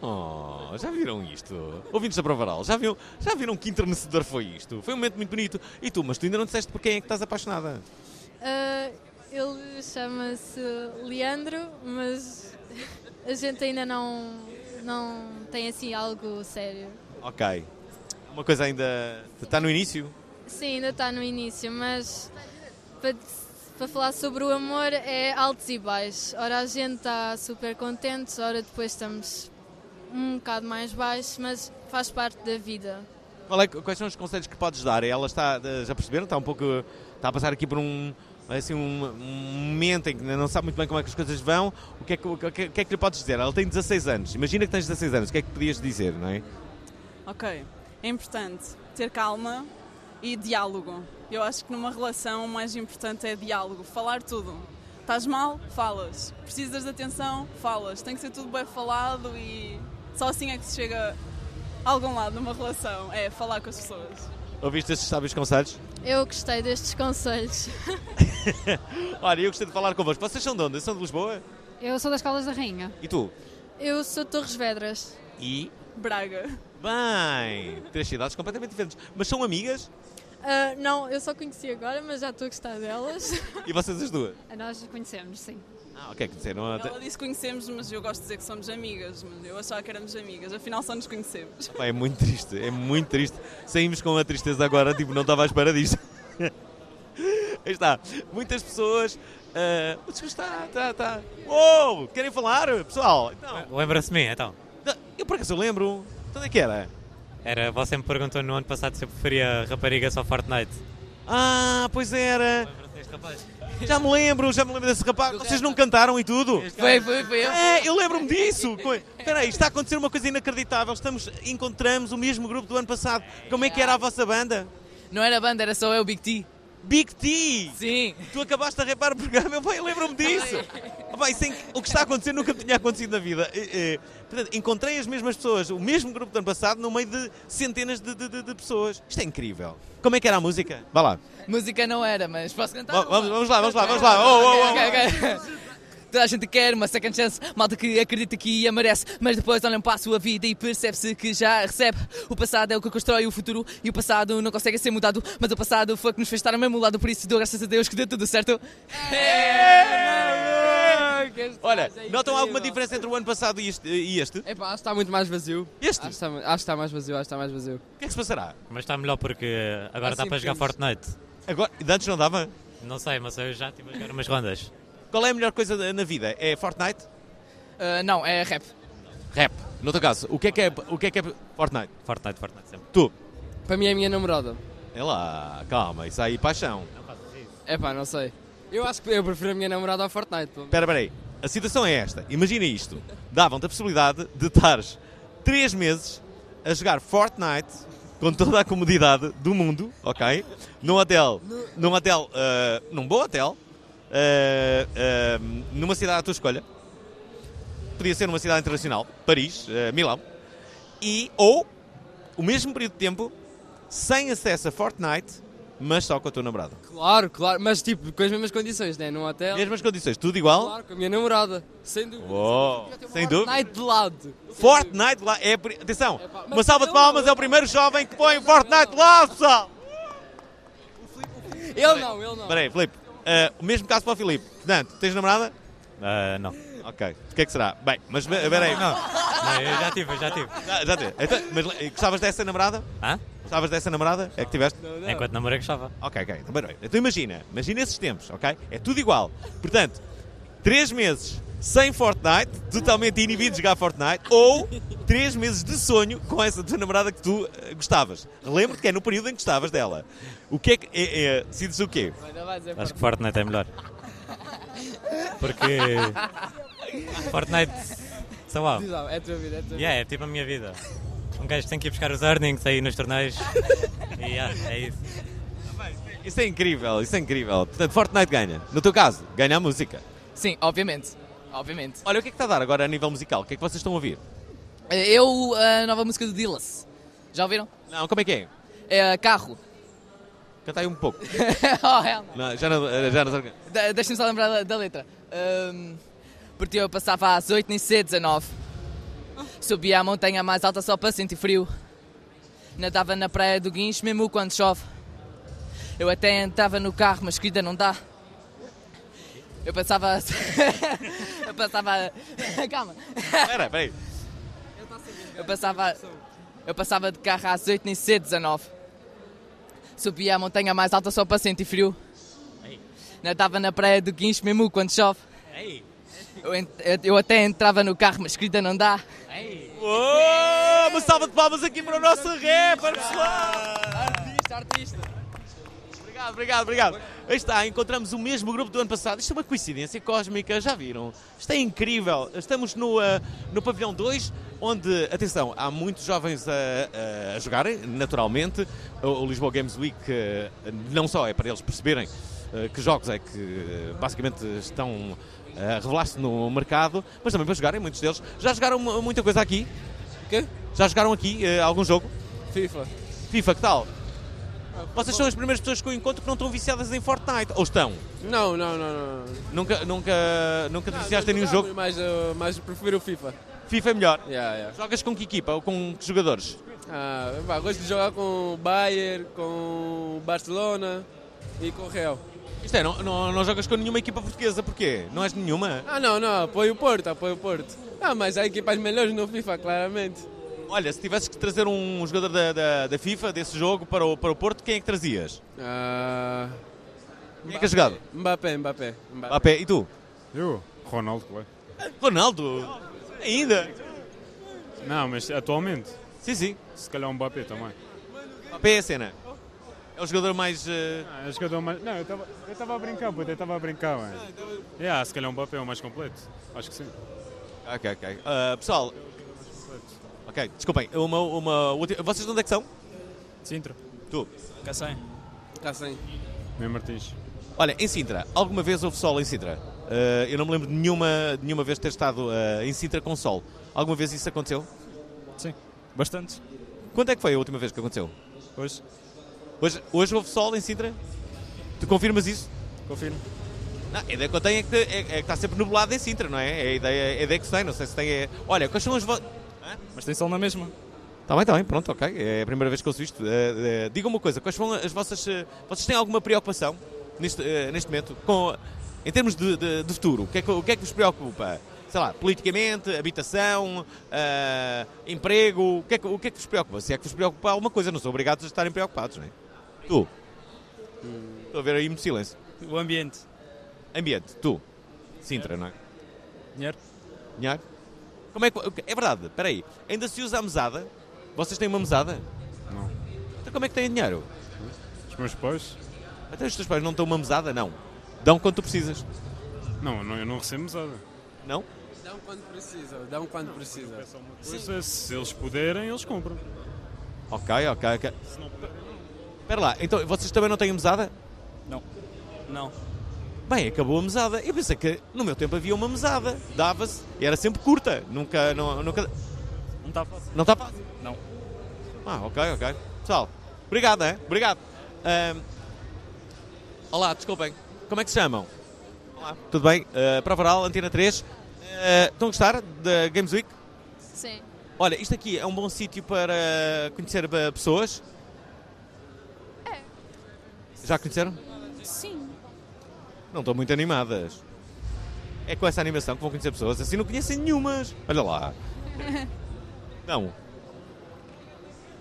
Speaker 6: Oh, já viram isto? Ouvintes da Provaral, já viram, já viram que enternecedor foi isto? Foi um momento muito bonito. E tu, mas tu ainda não disseste por quem é que estás apaixonada.
Speaker 12: Ah, ele chama-se Leandro, mas a gente ainda não, não tem assim algo sério.
Speaker 6: Ok. Uma coisa ainda. Está no início?
Speaker 12: Sim, ainda está no início, mas para, para falar sobre o amor é altos e baixos. Ora a gente está super contente, ora depois estamos um bocado mais baixos, mas faz parte da vida.
Speaker 6: Qual é que- quais são os conselhos que podes dar? Ela está. Já perceberam? Está um pouco. Está a passar aqui por um. Assim, um, um momento em que ainda não sabe muito bem como é que as coisas vão. O que, é que, o que- o que é que lhe podes dizer? Ela tem 16 anos. Imagina que tens 16 anos. O que é que podias dizer, não é?
Speaker 17: Ok, é importante ter calma e diálogo. Eu acho que numa relação o mais importante é diálogo, falar tudo. Estás mal? Falas. Precisas de atenção? Falas. Tem que ser tudo bem falado e só assim é que se chega a algum lado numa relação. É falar com as pessoas.
Speaker 6: Ouviste estes sábios conselhos?
Speaker 12: Eu gostei destes conselhos.
Speaker 6: Olha, eu gostei de falar convosco. Vocês são de onde? São de Lisboa?
Speaker 28: Eu sou das Caldas da Rainha.
Speaker 6: E tu?
Speaker 12: Eu sou de Torres Vedras.
Speaker 6: E?
Speaker 12: Braga.
Speaker 6: Bem, três cidades completamente diferentes. Mas são amigas?
Speaker 12: Ah, não, eu só conheci agora, mas já estou a gostar delas.
Speaker 6: E vocês as duas?
Speaker 28: Nós conhecemos, sim.
Speaker 6: Ah, ok, conheceram. a-
Speaker 17: Ela disse que conhecemos, mas eu gosto de dizer que somos amigas. Mas eu achava que éramos amigas, afinal só nos conhecemos.
Speaker 6: Pá, É muito triste, é muito triste. Saímos com a tristeza agora, tipo, não estava à espera disto. Aí está, muitas pessoas. ah, o discurso está, está, está. Uou, querem falar, pessoal? Então,
Speaker 30: Lembra-se de mim, então?
Speaker 6: eu por acaso lembro. Então, Onde é que era?
Speaker 30: Era, você me perguntou no ano passado se eu preferia raparigas ou Fortnite.
Speaker 6: Ah, pois era. Já me lembro, já me lembro desse rapaz. Vocês não cantaram e tudo?
Speaker 19: Foi, foi, foi eu.
Speaker 6: É, eu lembro-me disso. Co- Espera aí, está a acontecer uma coisa inacreditável. Estamos, encontramos o mesmo grupo do ano passado. Como é que era a vossa banda?
Speaker 30: Não era banda, era só eu, Big T.
Speaker 6: Big T!
Speaker 21: Sim!
Speaker 6: Tu acabaste a repar o programa, eu bem lembro-me disso! Ah, bem, sem- o que está a acontecer nunca me tinha acontecido na vida. Eh, eh, portanto, encontrei as mesmas pessoas, o mesmo grupo do ano passado, no meio de centenas de, de- de- de pessoas. Isto é incrível. Como é que era a música? Vá lá.
Speaker 21: Música não era, mas posso
Speaker 8: Tá
Speaker 21: cantar?
Speaker 6: Va- vamos- vamos lá, vamos lá, vamos lá. Oh, oh, oh,
Speaker 21: Ok, ok, ok. Toda a gente quer uma second chance, malta que acredita que a merece, mas depois olham para a sua vida e percebe-se que já a recebe. O passado é o que constrói o futuro e o passado não consegue ser mudado, mas o passado foi o que nos fez estar ao mesmo lado, por isso dou graças a Deus que deu tudo certo.
Speaker 6: Olha, notam alguma diferença entre o ano passado e este? E este?
Speaker 8: é Epá, acho que está muito mais vazio.
Speaker 6: Este?
Speaker 8: Acho que está, acho que está mais vazio, acho que está mais vazio.
Speaker 6: O que é que se passará?
Speaker 15: Mas está melhor porque
Speaker 6: Ah,
Speaker 15: agora
Speaker 8: Assim
Speaker 15: dá para jogar
Speaker 8: podemos.
Speaker 15: Fortnite.
Speaker 6: Agora, antes não dava?
Speaker 15: Não sei, mas eu já estive a jogar umas rondas.
Speaker 6: Qual é a melhor coisa da- na vida? É Fortnite?
Speaker 21: Ah, não, é rap.
Speaker 6: Rap. No teu caso, o que é que é, o que é, que é Fortnite?
Speaker 15: Fortnite, Fortnite sempre.
Speaker 6: Tu?
Speaker 8: Para mim é a minha namorada.
Speaker 6: É lá, calma, isso aí, é paixão.
Speaker 8: Epá, não sei. Eu acho que eu prefiro a minha namorada ao Fortnite. pelo menos.
Speaker 6: Espera, espera aí. A situação é esta. Imagina isto. Davam-te a possibilidade de estares 3 meses a jogar Fortnite com toda a comodidade do mundo, ok? Num hotel, num hotel, ah, num bom hotel, ah, ah, numa cidade à tua escolha. Podia ser numa cidade internacional, Paris, ah, Milão. E, ou, o mesmo período de tempo, sem acesso a Fortnite, mas só com a tua namorada.
Speaker 8: Claro, claro, mas tipo, com as mesmas condições, né? Num hotel.
Speaker 6: Mesmas condições, tudo igual?
Speaker 8: Claro, com a minha namorada. Sem dúvida.
Speaker 6: Oh, sem dúvida.
Speaker 8: Fortnite de lado.
Speaker 6: Fortnite lá é. pri- Atenção, uma salva de palmas é o primeiro jovem que põe Fortnite lá, pessoal!
Speaker 8: Ele não, ele não.
Speaker 6: Espera aí, Filipe. Ah, o mesmo caso para o Filipe. Portanto, tens namorada? Eh,
Speaker 15: não.
Speaker 6: Ok. O que é que será? Bem, mas espera aí.
Speaker 15: Não, não, eu já tive, eu já tive.
Speaker 6: Já, já teve. Então, mas eh, gostavas dessa namorada?
Speaker 15: Hã?
Speaker 6: Gostavas dessa namorada? É que tiveste?
Speaker 15: não. Enquanto namorei gostava.
Speaker 6: Ok, ok. Então, bem, bem. então imagina, imagina esses tempos, ok? É tudo igual. Portanto, três meses sem Fortnite, totalmente inibido de jogar Fortnite, ou três meses de sonho com essa tua namorada que tu eh, gostavas. Relembro-te que é no período em que gostavas dela. O que é que... É, é, sentes o quê?
Speaker 15: Acho que Fortnite é melhor. Porque. Fortnite. Sei lá.
Speaker 8: Diz lá, é a tua vida, é a tua
Speaker 15: Yeah, é tipo a minha vida. Um gajo tem que ir buscar os earnings aí nos torneios. E yeah, é isso.
Speaker 6: Isso é incrível, isso é incrível. Portanto, Fortnite ganha. No teu caso, ganha a música.
Speaker 21: Sim, obviamente. Obviamente.
Speaker 6: Olha, o que é que está a dar agora a nível musical? O que é que vocês estão a ouvir?
Speaker 21: É, Eu, a nova música do Dillas. Já ouviram?
Speaker 6: Não, como é que é?
Speaker 21: É carro.
Speaker 6: Canta aí um pouco.
Speaker 21: oh, hell.
Speaker 6: Não, já não... Já não...
Speaker 21: Da- Deixa-me só lembrar da, da letra. Ahm, porque eu passava às 8 nem c 19. Subia a montanha mais alta só para sentir frio. Nadava na praia do Guincho mesmo quando chove. Eu até entrava no carro, mas querida, não dá. Eu passava. eu passava. Calma.
Speaker 6: Espera, espera aí.
Speaker 21: Eu passava, eu passava de carro às 8 nem cedo 19. Subia a montanha mais alta só para sentir frio. Nadava na praia do Guincho mesmo quando chove. Eu, ent- eu- eu até entrava no carro, mas querida não dá.
Speaker 6: Uou, uma salva de palmas aqui para o nosso rapper, pessoal!
Speaker 21: Artista, artista.
Speaker 6: Obrigado, obrigado, obrigado. Aí está, encontramos o mesmo grupo do ano passado. Isto é uma coincidência cósmica, já viram? Isto é incrível. Estamos no, ah, no pavilhão 2, onde, atenção, há muitos jovens a, a- a jogarem, naturalmente. O, o Lisboa Games Week ah, não só é para eles perceberem ah, que jogos é que ah, basicamente estão eh, a revelar-se no mercado, mas também para jogarem, muitos deles. Já jogaram mu- muita coisa aqui?
Speaker 8: Quê?
Speaker 6: Já jogaram aqui ah, algum jogo?
Speaker 8: FIFA.
Speaker 6: FIFA, que tal? Vocês são as primeiras pessoas que eu encontro que não estão viciadas em Fortnite. Ou estão?
Speaker 8: Não, não, não, não.
Speaker 6: Nunca, nunca, nunca te viciaste em nenhum
Speaker 8: não,
Speaker 6: jogo?
Speaker 8: Mas, uh, mas prefiro o FIFA.
Speaker 6: FIFA é melhor.
Speaker 8: Yeah, yeah.
Speaker 6: Jogas com que equipa ou com que jogadores?
Speaker 8: Ah, pá, gosto de jogar com o Bayern, com o Barcelona e com o Real.
Speaker 6: Isto é, não, não, não jogas com nenhuma equipa portuguesa, porquê? Não és de nenhuma?
Speaker 8: Ah, não, não, apoio o Porto, apoio o Porto. Ah, mas há equipas melhores no FIFA, claramente.
Speaker 6: Olha, se tivesses que trazer um jogador da, da, da FIFA, desse jogo, para o, para o Porto, quem é que trazias?
Speaker 8: Ah,
Speaker 6: Quem é que é jogado?
Speaker 8: Mbappé, Mbappé. Mbappé.
Speaker 6: Papé, Ah, e tu?
Speaker 13: Eu? Ronaldo, claro.
Speaker 6: Ronaldo? Ainda?
Speaker 13: Não, mas atualmente?
Speaker 6: Sim, sim.
Speaker 13: Se calhar um Mbappé também.
Speaker 6: Papé é a cena. É o jogador mais... eh,
Speaker 13: Ah, é o jogador mais... Não, eu estava eu estava a brincar, puto, eu estava a brincar, mano.
Speaker 6: Ah, então-
Speaker 13: Yeah, se calhar um Mbappé é o mais completo. Acho que sim.
Speaker 6: Ok, ok. Ah, pessoal... Ok, desculpem. Uma, uma, última- Vocês de onde é que são?
Speaker 17: Sintro.
Speaker 6: Tu?
Speaker 17: Cacém.
Speaker 8: Cacém.
Speaker 13: Meu é Martins.
Speaker 6: Olha, em Sintra, alguma vez houve sol em Sintra? Eh, eu não me lembro de nenhuma, de nenhuma vez ter estado eh, em Sintra com sol. Alguma vez isso aconteceu?
Speaker 5: Sim, bastante.
Speaker 6: Quando é que foi a última vez que aconteceu?
Speaker 5: Hoje.
Speaker 6: Hoje, hoje houve sol em Sintra? Tu confirmas isso?
Speaker 5: Confirmo.
Speaker 6: Não, a ideia que eu tenho é que, é- é que está sempre nublado em Sintra, não é? É a ideia, é a ideia que se tem, não sei se tem... é- Olha, quais são as... vo-
Speaker 5: Mas tem sol na mesma.
Speaker 6: Está bem, está bem, pronto, ok. É a primeira vez que ouço isto. Eh, eh, Diga-me uma coisa, quais foram as vossas. eh, vocês têm alguma preocupação neste, eh, neste momento? Com, em termos de, de- de futuro, o que, é que, o que é que vos preocupa? Sei lá, politicamente, habitação, eh, emprego, o que, é que, o que é que vos preocupa? Se é que vos preocupa alguma coisa, não são obrigados a estarem preocupados, não é? Tu? Estou a ver aí muito silêncio.
Speaker 5: O ambiente.
Speaker 6: Ambiente, tu? Sintra, não é?
Speaker 5: Dinheiro.
Speaker 6: Dinheiro? Como é que. É verdade, espera aí. Ainda se usa a mesada? Vocês têm uma mesada?
Speaker 13: Não.
Speaker 6: Então como é que têm dinheiro?
Speaker 13: Os meus pais?
Speaker 6: Até os teus pais não dão uma mesada? Não. Dão quando tu precisas.
Speaker 13: Não, não eu não recebo mesada.
Speaker 6: Não?
Speaker 8: Dão quando precisa, dão quando precisa.
Speaker 13: Pois é, se eles puderem, eles compram.
Speaker 6: Ok, ok, ok. Espera lá, então vocês também não têm mesada?
Speaker 5: Não. Não.
Speaker 6: Bem, acabou a mesada. Eu pensei que no meu tempo havia uma mesada. Dava-se. E era sempre curta. Nunca. Não, nunca...
Speaker 5: Não está fácil.
Speaker 6: Não está fácil?
Speaker 5: Não.
Speaker 6: Ah, ok, ok. Pessoal, obrigado, hein? Obrigado. Ahm, Olá, desculpem. Como é que se chamam? Olá. Tudo bem? Uh, Prova Oral, Antena 3. Eh, estão a gostar da Games Week?
Speaker 10: Sim.
Speaker 6: Olha, isto aqui é um bom sítio para conhecer eh, pessoas? É. Já conheceram?
Speaker 10: Sim.
Speaker 6: Não estão muito animadas. É com essa animação que vão conhecer pessoas. Assim não conhecem nenhumas. Olha lá. Não.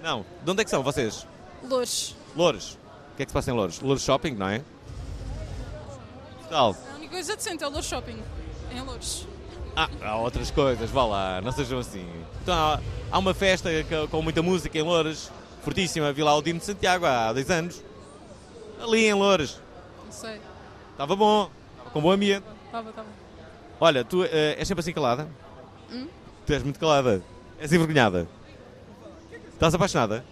Speaker 6: Não. De onde é que são vocês?
Speaker 17: Louros.
Speaker 6: Louros. O que é que se passa em Louros? Louros Shopping, não é? Pessoal.
Speaker 17: A única coisa decente é o Louros Shopping, É em Louros.
Speaker 6: Ah, há outras coisas. Vá lá. Não sejam assim. Então, há, há uma festa co- com muita música em Louros. Fortíssima. Vi lá o Dino de Santiago há 10 anos. Ali em Louros.
Speaker 17: Não sei.
Speaker 6: Estava bom. Estava com bom ambiente.
Speaker 17: Estava, estava.
Speaker 6: Olha, tu eh, és sempre assim calada?
Speaker 17: Hum?
Speaker 6: Tu és muito calada. És envergonhada. Estás apaixonada?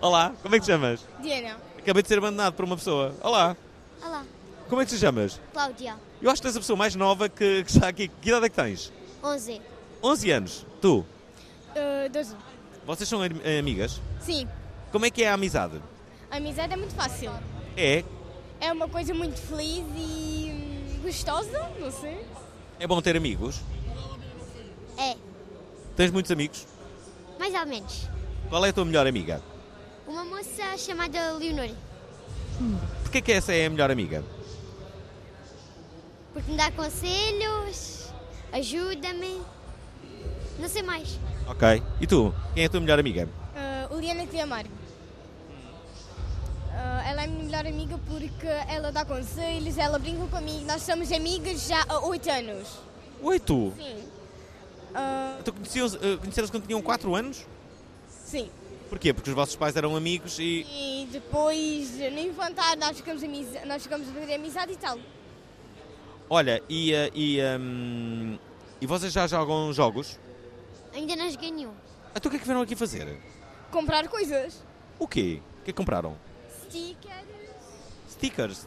Speaker 6: Olá, como é que te chamas?
Speaker 18: Diana.
Speaker 6: Acabei de ser abandonado por uma pessoa. Olá,
Speaker 18: Olá,
Speaker 6: como é que te chamas?
Speaker 18: Cláudia.
Speaker 6: Eu acho que tens a pessoa mais nova que, que está aqui. Que idade é que tens?
Speaker 18: 11.
Speaker 6: 11 anos. Tu?
Speaker 18: Uh, 12.
Speaker 6: Vocês são am- eh, amigas?
Speaker 18: Sim,
Speaker 6: Como é que é a amizade?
Speaker 18: a amizade é muito fácil.
Speaker 6: É?
Speaker 18: É uma coisa muito feliz e hum, gostosa, não sei.
Speaker 6: É bom ter amigos?
Speaker 18: É,
Speaker 6: Tens muitos amigos?
Speaker 18: mais ou menos.
Speaker 6: Qual é a tua melhor amiga?
Speaker 18: Uma moça chamada Leonor,
Speaker 6: Porquê que essa é a melhor amiga?
Speaker 18: porque me dá conselhos, ajuda-me, não sei mais.
Speaker 6: Ok. E tu? Quem é a tua melhor amiga?
Speaker 22: Eh,
Speaker 18: Uh, Liana Criamar.
Speaker 22: ela é a minha melhor amiga porque ela dá conselhos, ela brinca comigo. Nós somos amigas já há 8 anos.
Speaker 6: Oi, tu?
Speaker 22: Sim. Ah,
Speaker 6: Tu conhecias- eh, conheceram-se quando tinham 4 anos?
Speaker 22: sim.
Speaker 6: Porquê? Porque os vossos pais eram amigos e.
Speaker 22: E depois, no infantário, nós ficamos, amiz... nós ficamos a fazer amizade e tal.
Speaker 6: Olha, e. eh, e, hum, e vocês já jogam jogos?
Speaker 18: Ainda não joguei nenhum.
Speaker 6: Então o que é que vieram aqui fazer?
Speaker 22: Comprar coisas.
Speaker 6: O quê? O que é que compraram?
Speaker 18: Stickers.
Speaker 6: Stickers.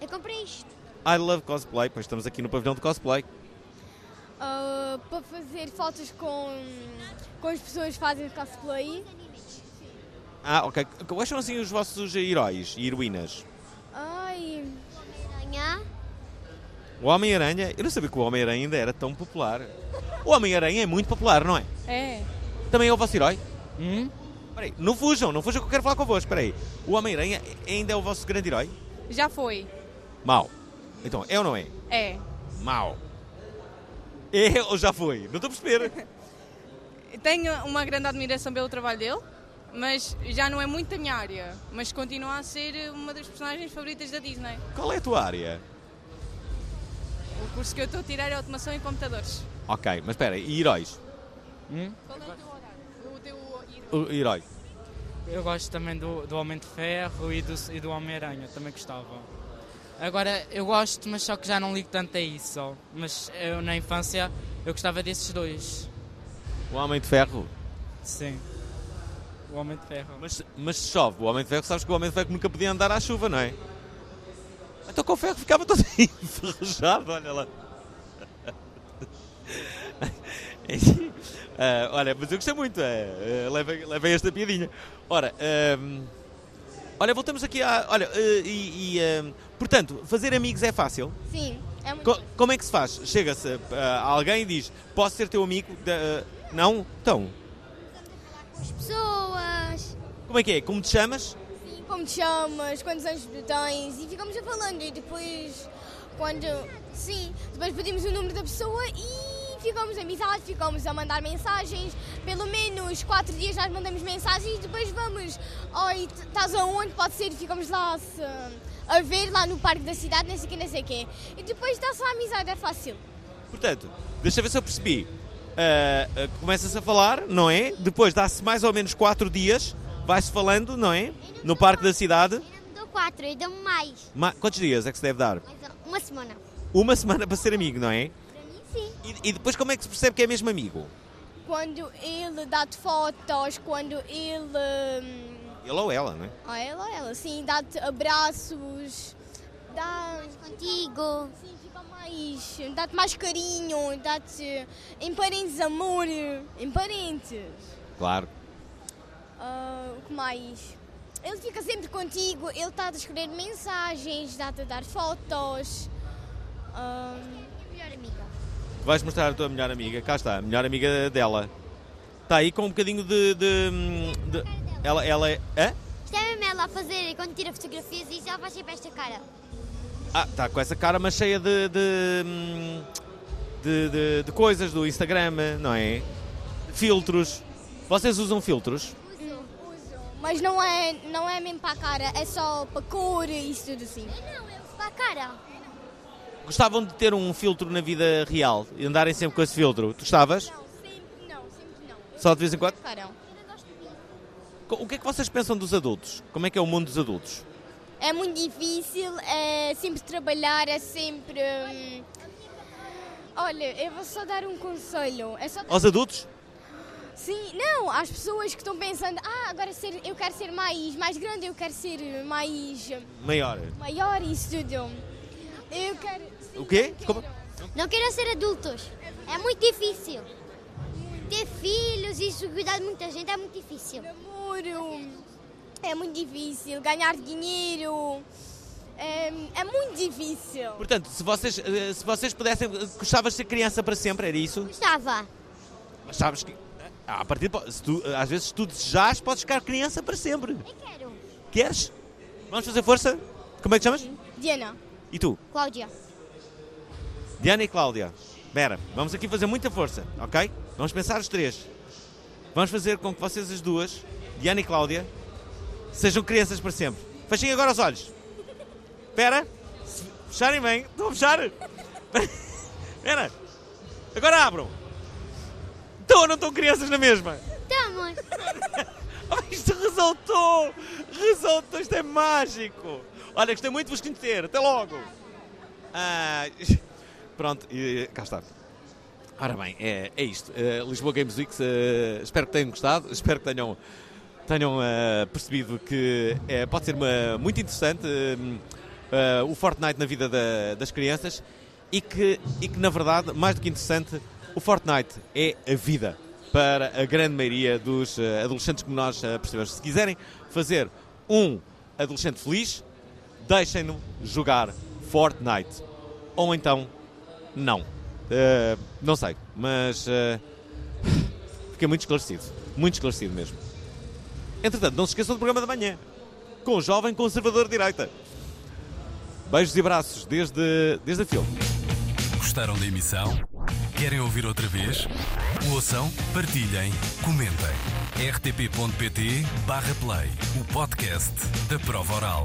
Speaker 18: Eu comprei isto.
Speaker 6: I love cosplay, pois estamos aqui no pavilhão de cosplay.
Speaker 22: Ah, para fazer fotos com, com as pessoas que fazem cosplay.
Speaker 6: Ah, ok. Quais são assim os vossos heróis e heroínas?
Speaker 22: Ai.
Speaker 6: O Homem-Aranha. Eu não sabia que o Homem-Aranha ainda era tão popular. O Homem-Aranha é muito popular, não é?
Speaker 22: É.
Speaker 6: Também é o vosso herói? Hum? Peraí, não fujam, não fujam que eu quero falar convosco. Peraí. O Homem-Aranha ainda é o vosso grande herói?
Speaker 26: Já foi.
Speaker 6: Mau. Então, é ou não é?
Speaker 26: É.
Speaker 6: Mau. É ou já foi? Não estou a perceber.
Speaker 26: Tenho uma grande admiração pelo trabalho dele, mas já não é muito da minha área. Mas continua a ser uma das personagens favoritas da Disney.
Speaker 6: Qual é a tua área?
Speaker 26: O curso que eu estou a tirar é automação em computadores.
Speaker 6: Ok, mas espera, e heróis?
Speaker 26: Qual é o teu horário? O teu
Speaker 6: O herói.
Speaker 23: Eu gosto também do, do Homem de Ferro e do, e do Homem-Aranha, também gostava. Agora, eu gosto, mas só que já não ligo tanto a isso. Mas eu, na infância, eu gostava desses dois.
Speaker 6: O Homem de Ferro?
Speaker 23: Sim. O Homem de Ferro.
Speaker 6: Mas, mas se chove, o Homem de Ferro, sabes que o Homem de Ferro nunca podia andar à chuva, não é? Então com o ferro ficava todo enferrujado, olha lá. É Ah, olha, mas eu gostei muito, é, é, levei, levei esta piadinha. Ora, ahm, olha, voltamos aqui a. Olha, eh, e. e, ahm, portanto, fazer amigos é fácil.
Speaker 22: Sim, é muito.
Speaker 6: Co- como é que se faz? Chega-se ah, a alguém e diz: Posso ser teu amigo? Da- eh, não? Então,
Speaker 22: As pessoas,
Speaker 6: como é que é? Como te chamas?
Speaker 22: e como te chamas, quantos anos tu tens, e ficamos a falando. E depois, quando. Sim, depois pedimos o número da pessoa e ficamos amizade, ficamos a mandar mensagens. Pelo menos quatro dias nós mandamos mensagens e depois vamos. Oi, t- estás aonde? Pode ser, e ficamos lá se- a ver lá no parque da cidade, não sei o que, não sei o quê. E depois dá-se a amizade, é fácil.
Speaker 6: Portanto, deixa ver se eu percebi. Ah, ah, Começa-se a falar, não é? Depois dá-se mais ou menos 4 dias, vai-se falando, não é? No parque da cidade.
Speaker 18: Dou quatro, eu dou mais.
Speaker 6: Ma- Quantos dias é que se deve dar?
Speaker 18: Uma semana.
Speaker 6: Uma semana para ser amigo, não é?
Speaker 22: Sim.
Speaker 6: E, e depois como é que se percebe que é mesmo amigo?
Speaker 22: Quando ele dá-te fotos, quando ele. hum,
Speaker 6: Ele ou ela, não é?
Speaker 22: Ah, ela ou ela, sim, dá-te abraços, dá contigo. Sim, fica mais. Dá-te mais carinho, dá-te. Em parentes, amor. Em parentes.
Speaker 6: Claro.
Speaker 22: Ah, o que mais? Ele fica sempre contigo, ele está a escrever mensagens, dá-te a dar fotos. Ah,
Speaker 6: Vais mostrar a tua melhor amiga, cá está, a melhor amiga dela. Está aí com um bocadinho de. de, de- ela, ela é. Hã?
Speaker 18: Isto é mesmo ela a fazer, quando tira fotografias e isso, ela faz sempre esta cara.
Speaker 6: Ah, está com essa cara, mas cheia de. de, hum, de, de- de coisas do Instagram, não é? Filtros. Vocês usam filtros?
Speaker 22: hum. mas não é, não é mesmo para a cara, é só para a cor e isso tudo assim.
Speaker 18: Não, eu para a cara.
Speaker 6: Gostavam de ter um filtro na vida real e andarem sempre com esse filtro? Tu gostavas?
Speaker 22: Não, sempre não.
Speaker 6: Só de vez em quando?
Speaker 22: Carão.
Speaker 6: Co- O que é que vocês pensam dos adultos? Como é que é o mundo dos adultos?
Speaker 22: É muito difícil, é sempre trabalhar, é sempre. hum, Olha, eu vou só dar um conselho. É só dar-
Speaker 6: Aos adultos?
Speaker 22: Sim, não, às pessoas que estão pensando, ah, agora ser, eu quero ser mais, mais grande, eu quero ser mais
Speaker 6: Maior.
Speaker 22: maior e isso tudo. Eu quero.
Speaker 6: O quê? Desculpa.
Speaker 18: Não queiram ser adultos. É muito difícil. Ter filhos e isso cuidar de muita gente é muito difícil.
Speaker 22: Namoro. É muito difícil. Ganhar dinheiro. É, é muito difícil.
Speaker 6: Portanto, se vocês, eh, se vocês pudessem, eh, gostavas de ser criança para sempre, era isso?
Speaker 18: Gostava.
Speaker 6: Mas sabes que, eh, a partir, de- se tu, eh, às vezes, se tu desejares, podes ficar criança para sempre. Eu
Speaker 18: quero.
Speaker 6: Queres? Vamos fazer força? Como é que te chamas?
Speaker 22: Diana,
Speaker 6: E tu?
Speaker 18: Cláudia.
Speaker 6: Diana e Cláudia. Vera, vamos aqui fazer muita força, ok? Vamos pensar os três. Vamos fazer com que vocês as duas, Diana e Cláudia, sejam crianças para sempre. Fechem agora os olhos. Espera. Se fecharem bem. Estão a fechar? Espera. Agora abram. Estão ou não estão crianças na mesma?
Speaker 18: Estamos.
Speaker 6: Oh, isto resultou! Resultou! Isto é mágico! Olha, gostei muito de vos conhecer. Até logo! Ah, pronto, e, cá está. Ora bem, é, é isto. Eh, Lisboa Games Week, eh, espero que tenham gostado, espero que tenham, tenham eh, percebido que eh, pode ser uma- muito interessante eh, eh, o Fortnite na vida da- das crianças e que, e que, na verdade, mais do que interessante, o Fortnite é a vida para a grande maioria dos eh, adolescentes como nós eh, percebemos. Se quiserem fazer um adolescente feliz, deixem-no jogar Fortnite. Ou então, não. Eh, não sei, mas eh, fiquei muito esclarecido. Muito esclarecido mesmo. Entretanto, não se esqueçam do programa da manhã com o jovem conservador de direita. Beijos e abraços desde, desde a filme.
Speaker 2: Gostaram da emissão? Querem ouvir outra vez? Ouçam, partilhem, comentem. rtp.pt/play o podcast da prova oral.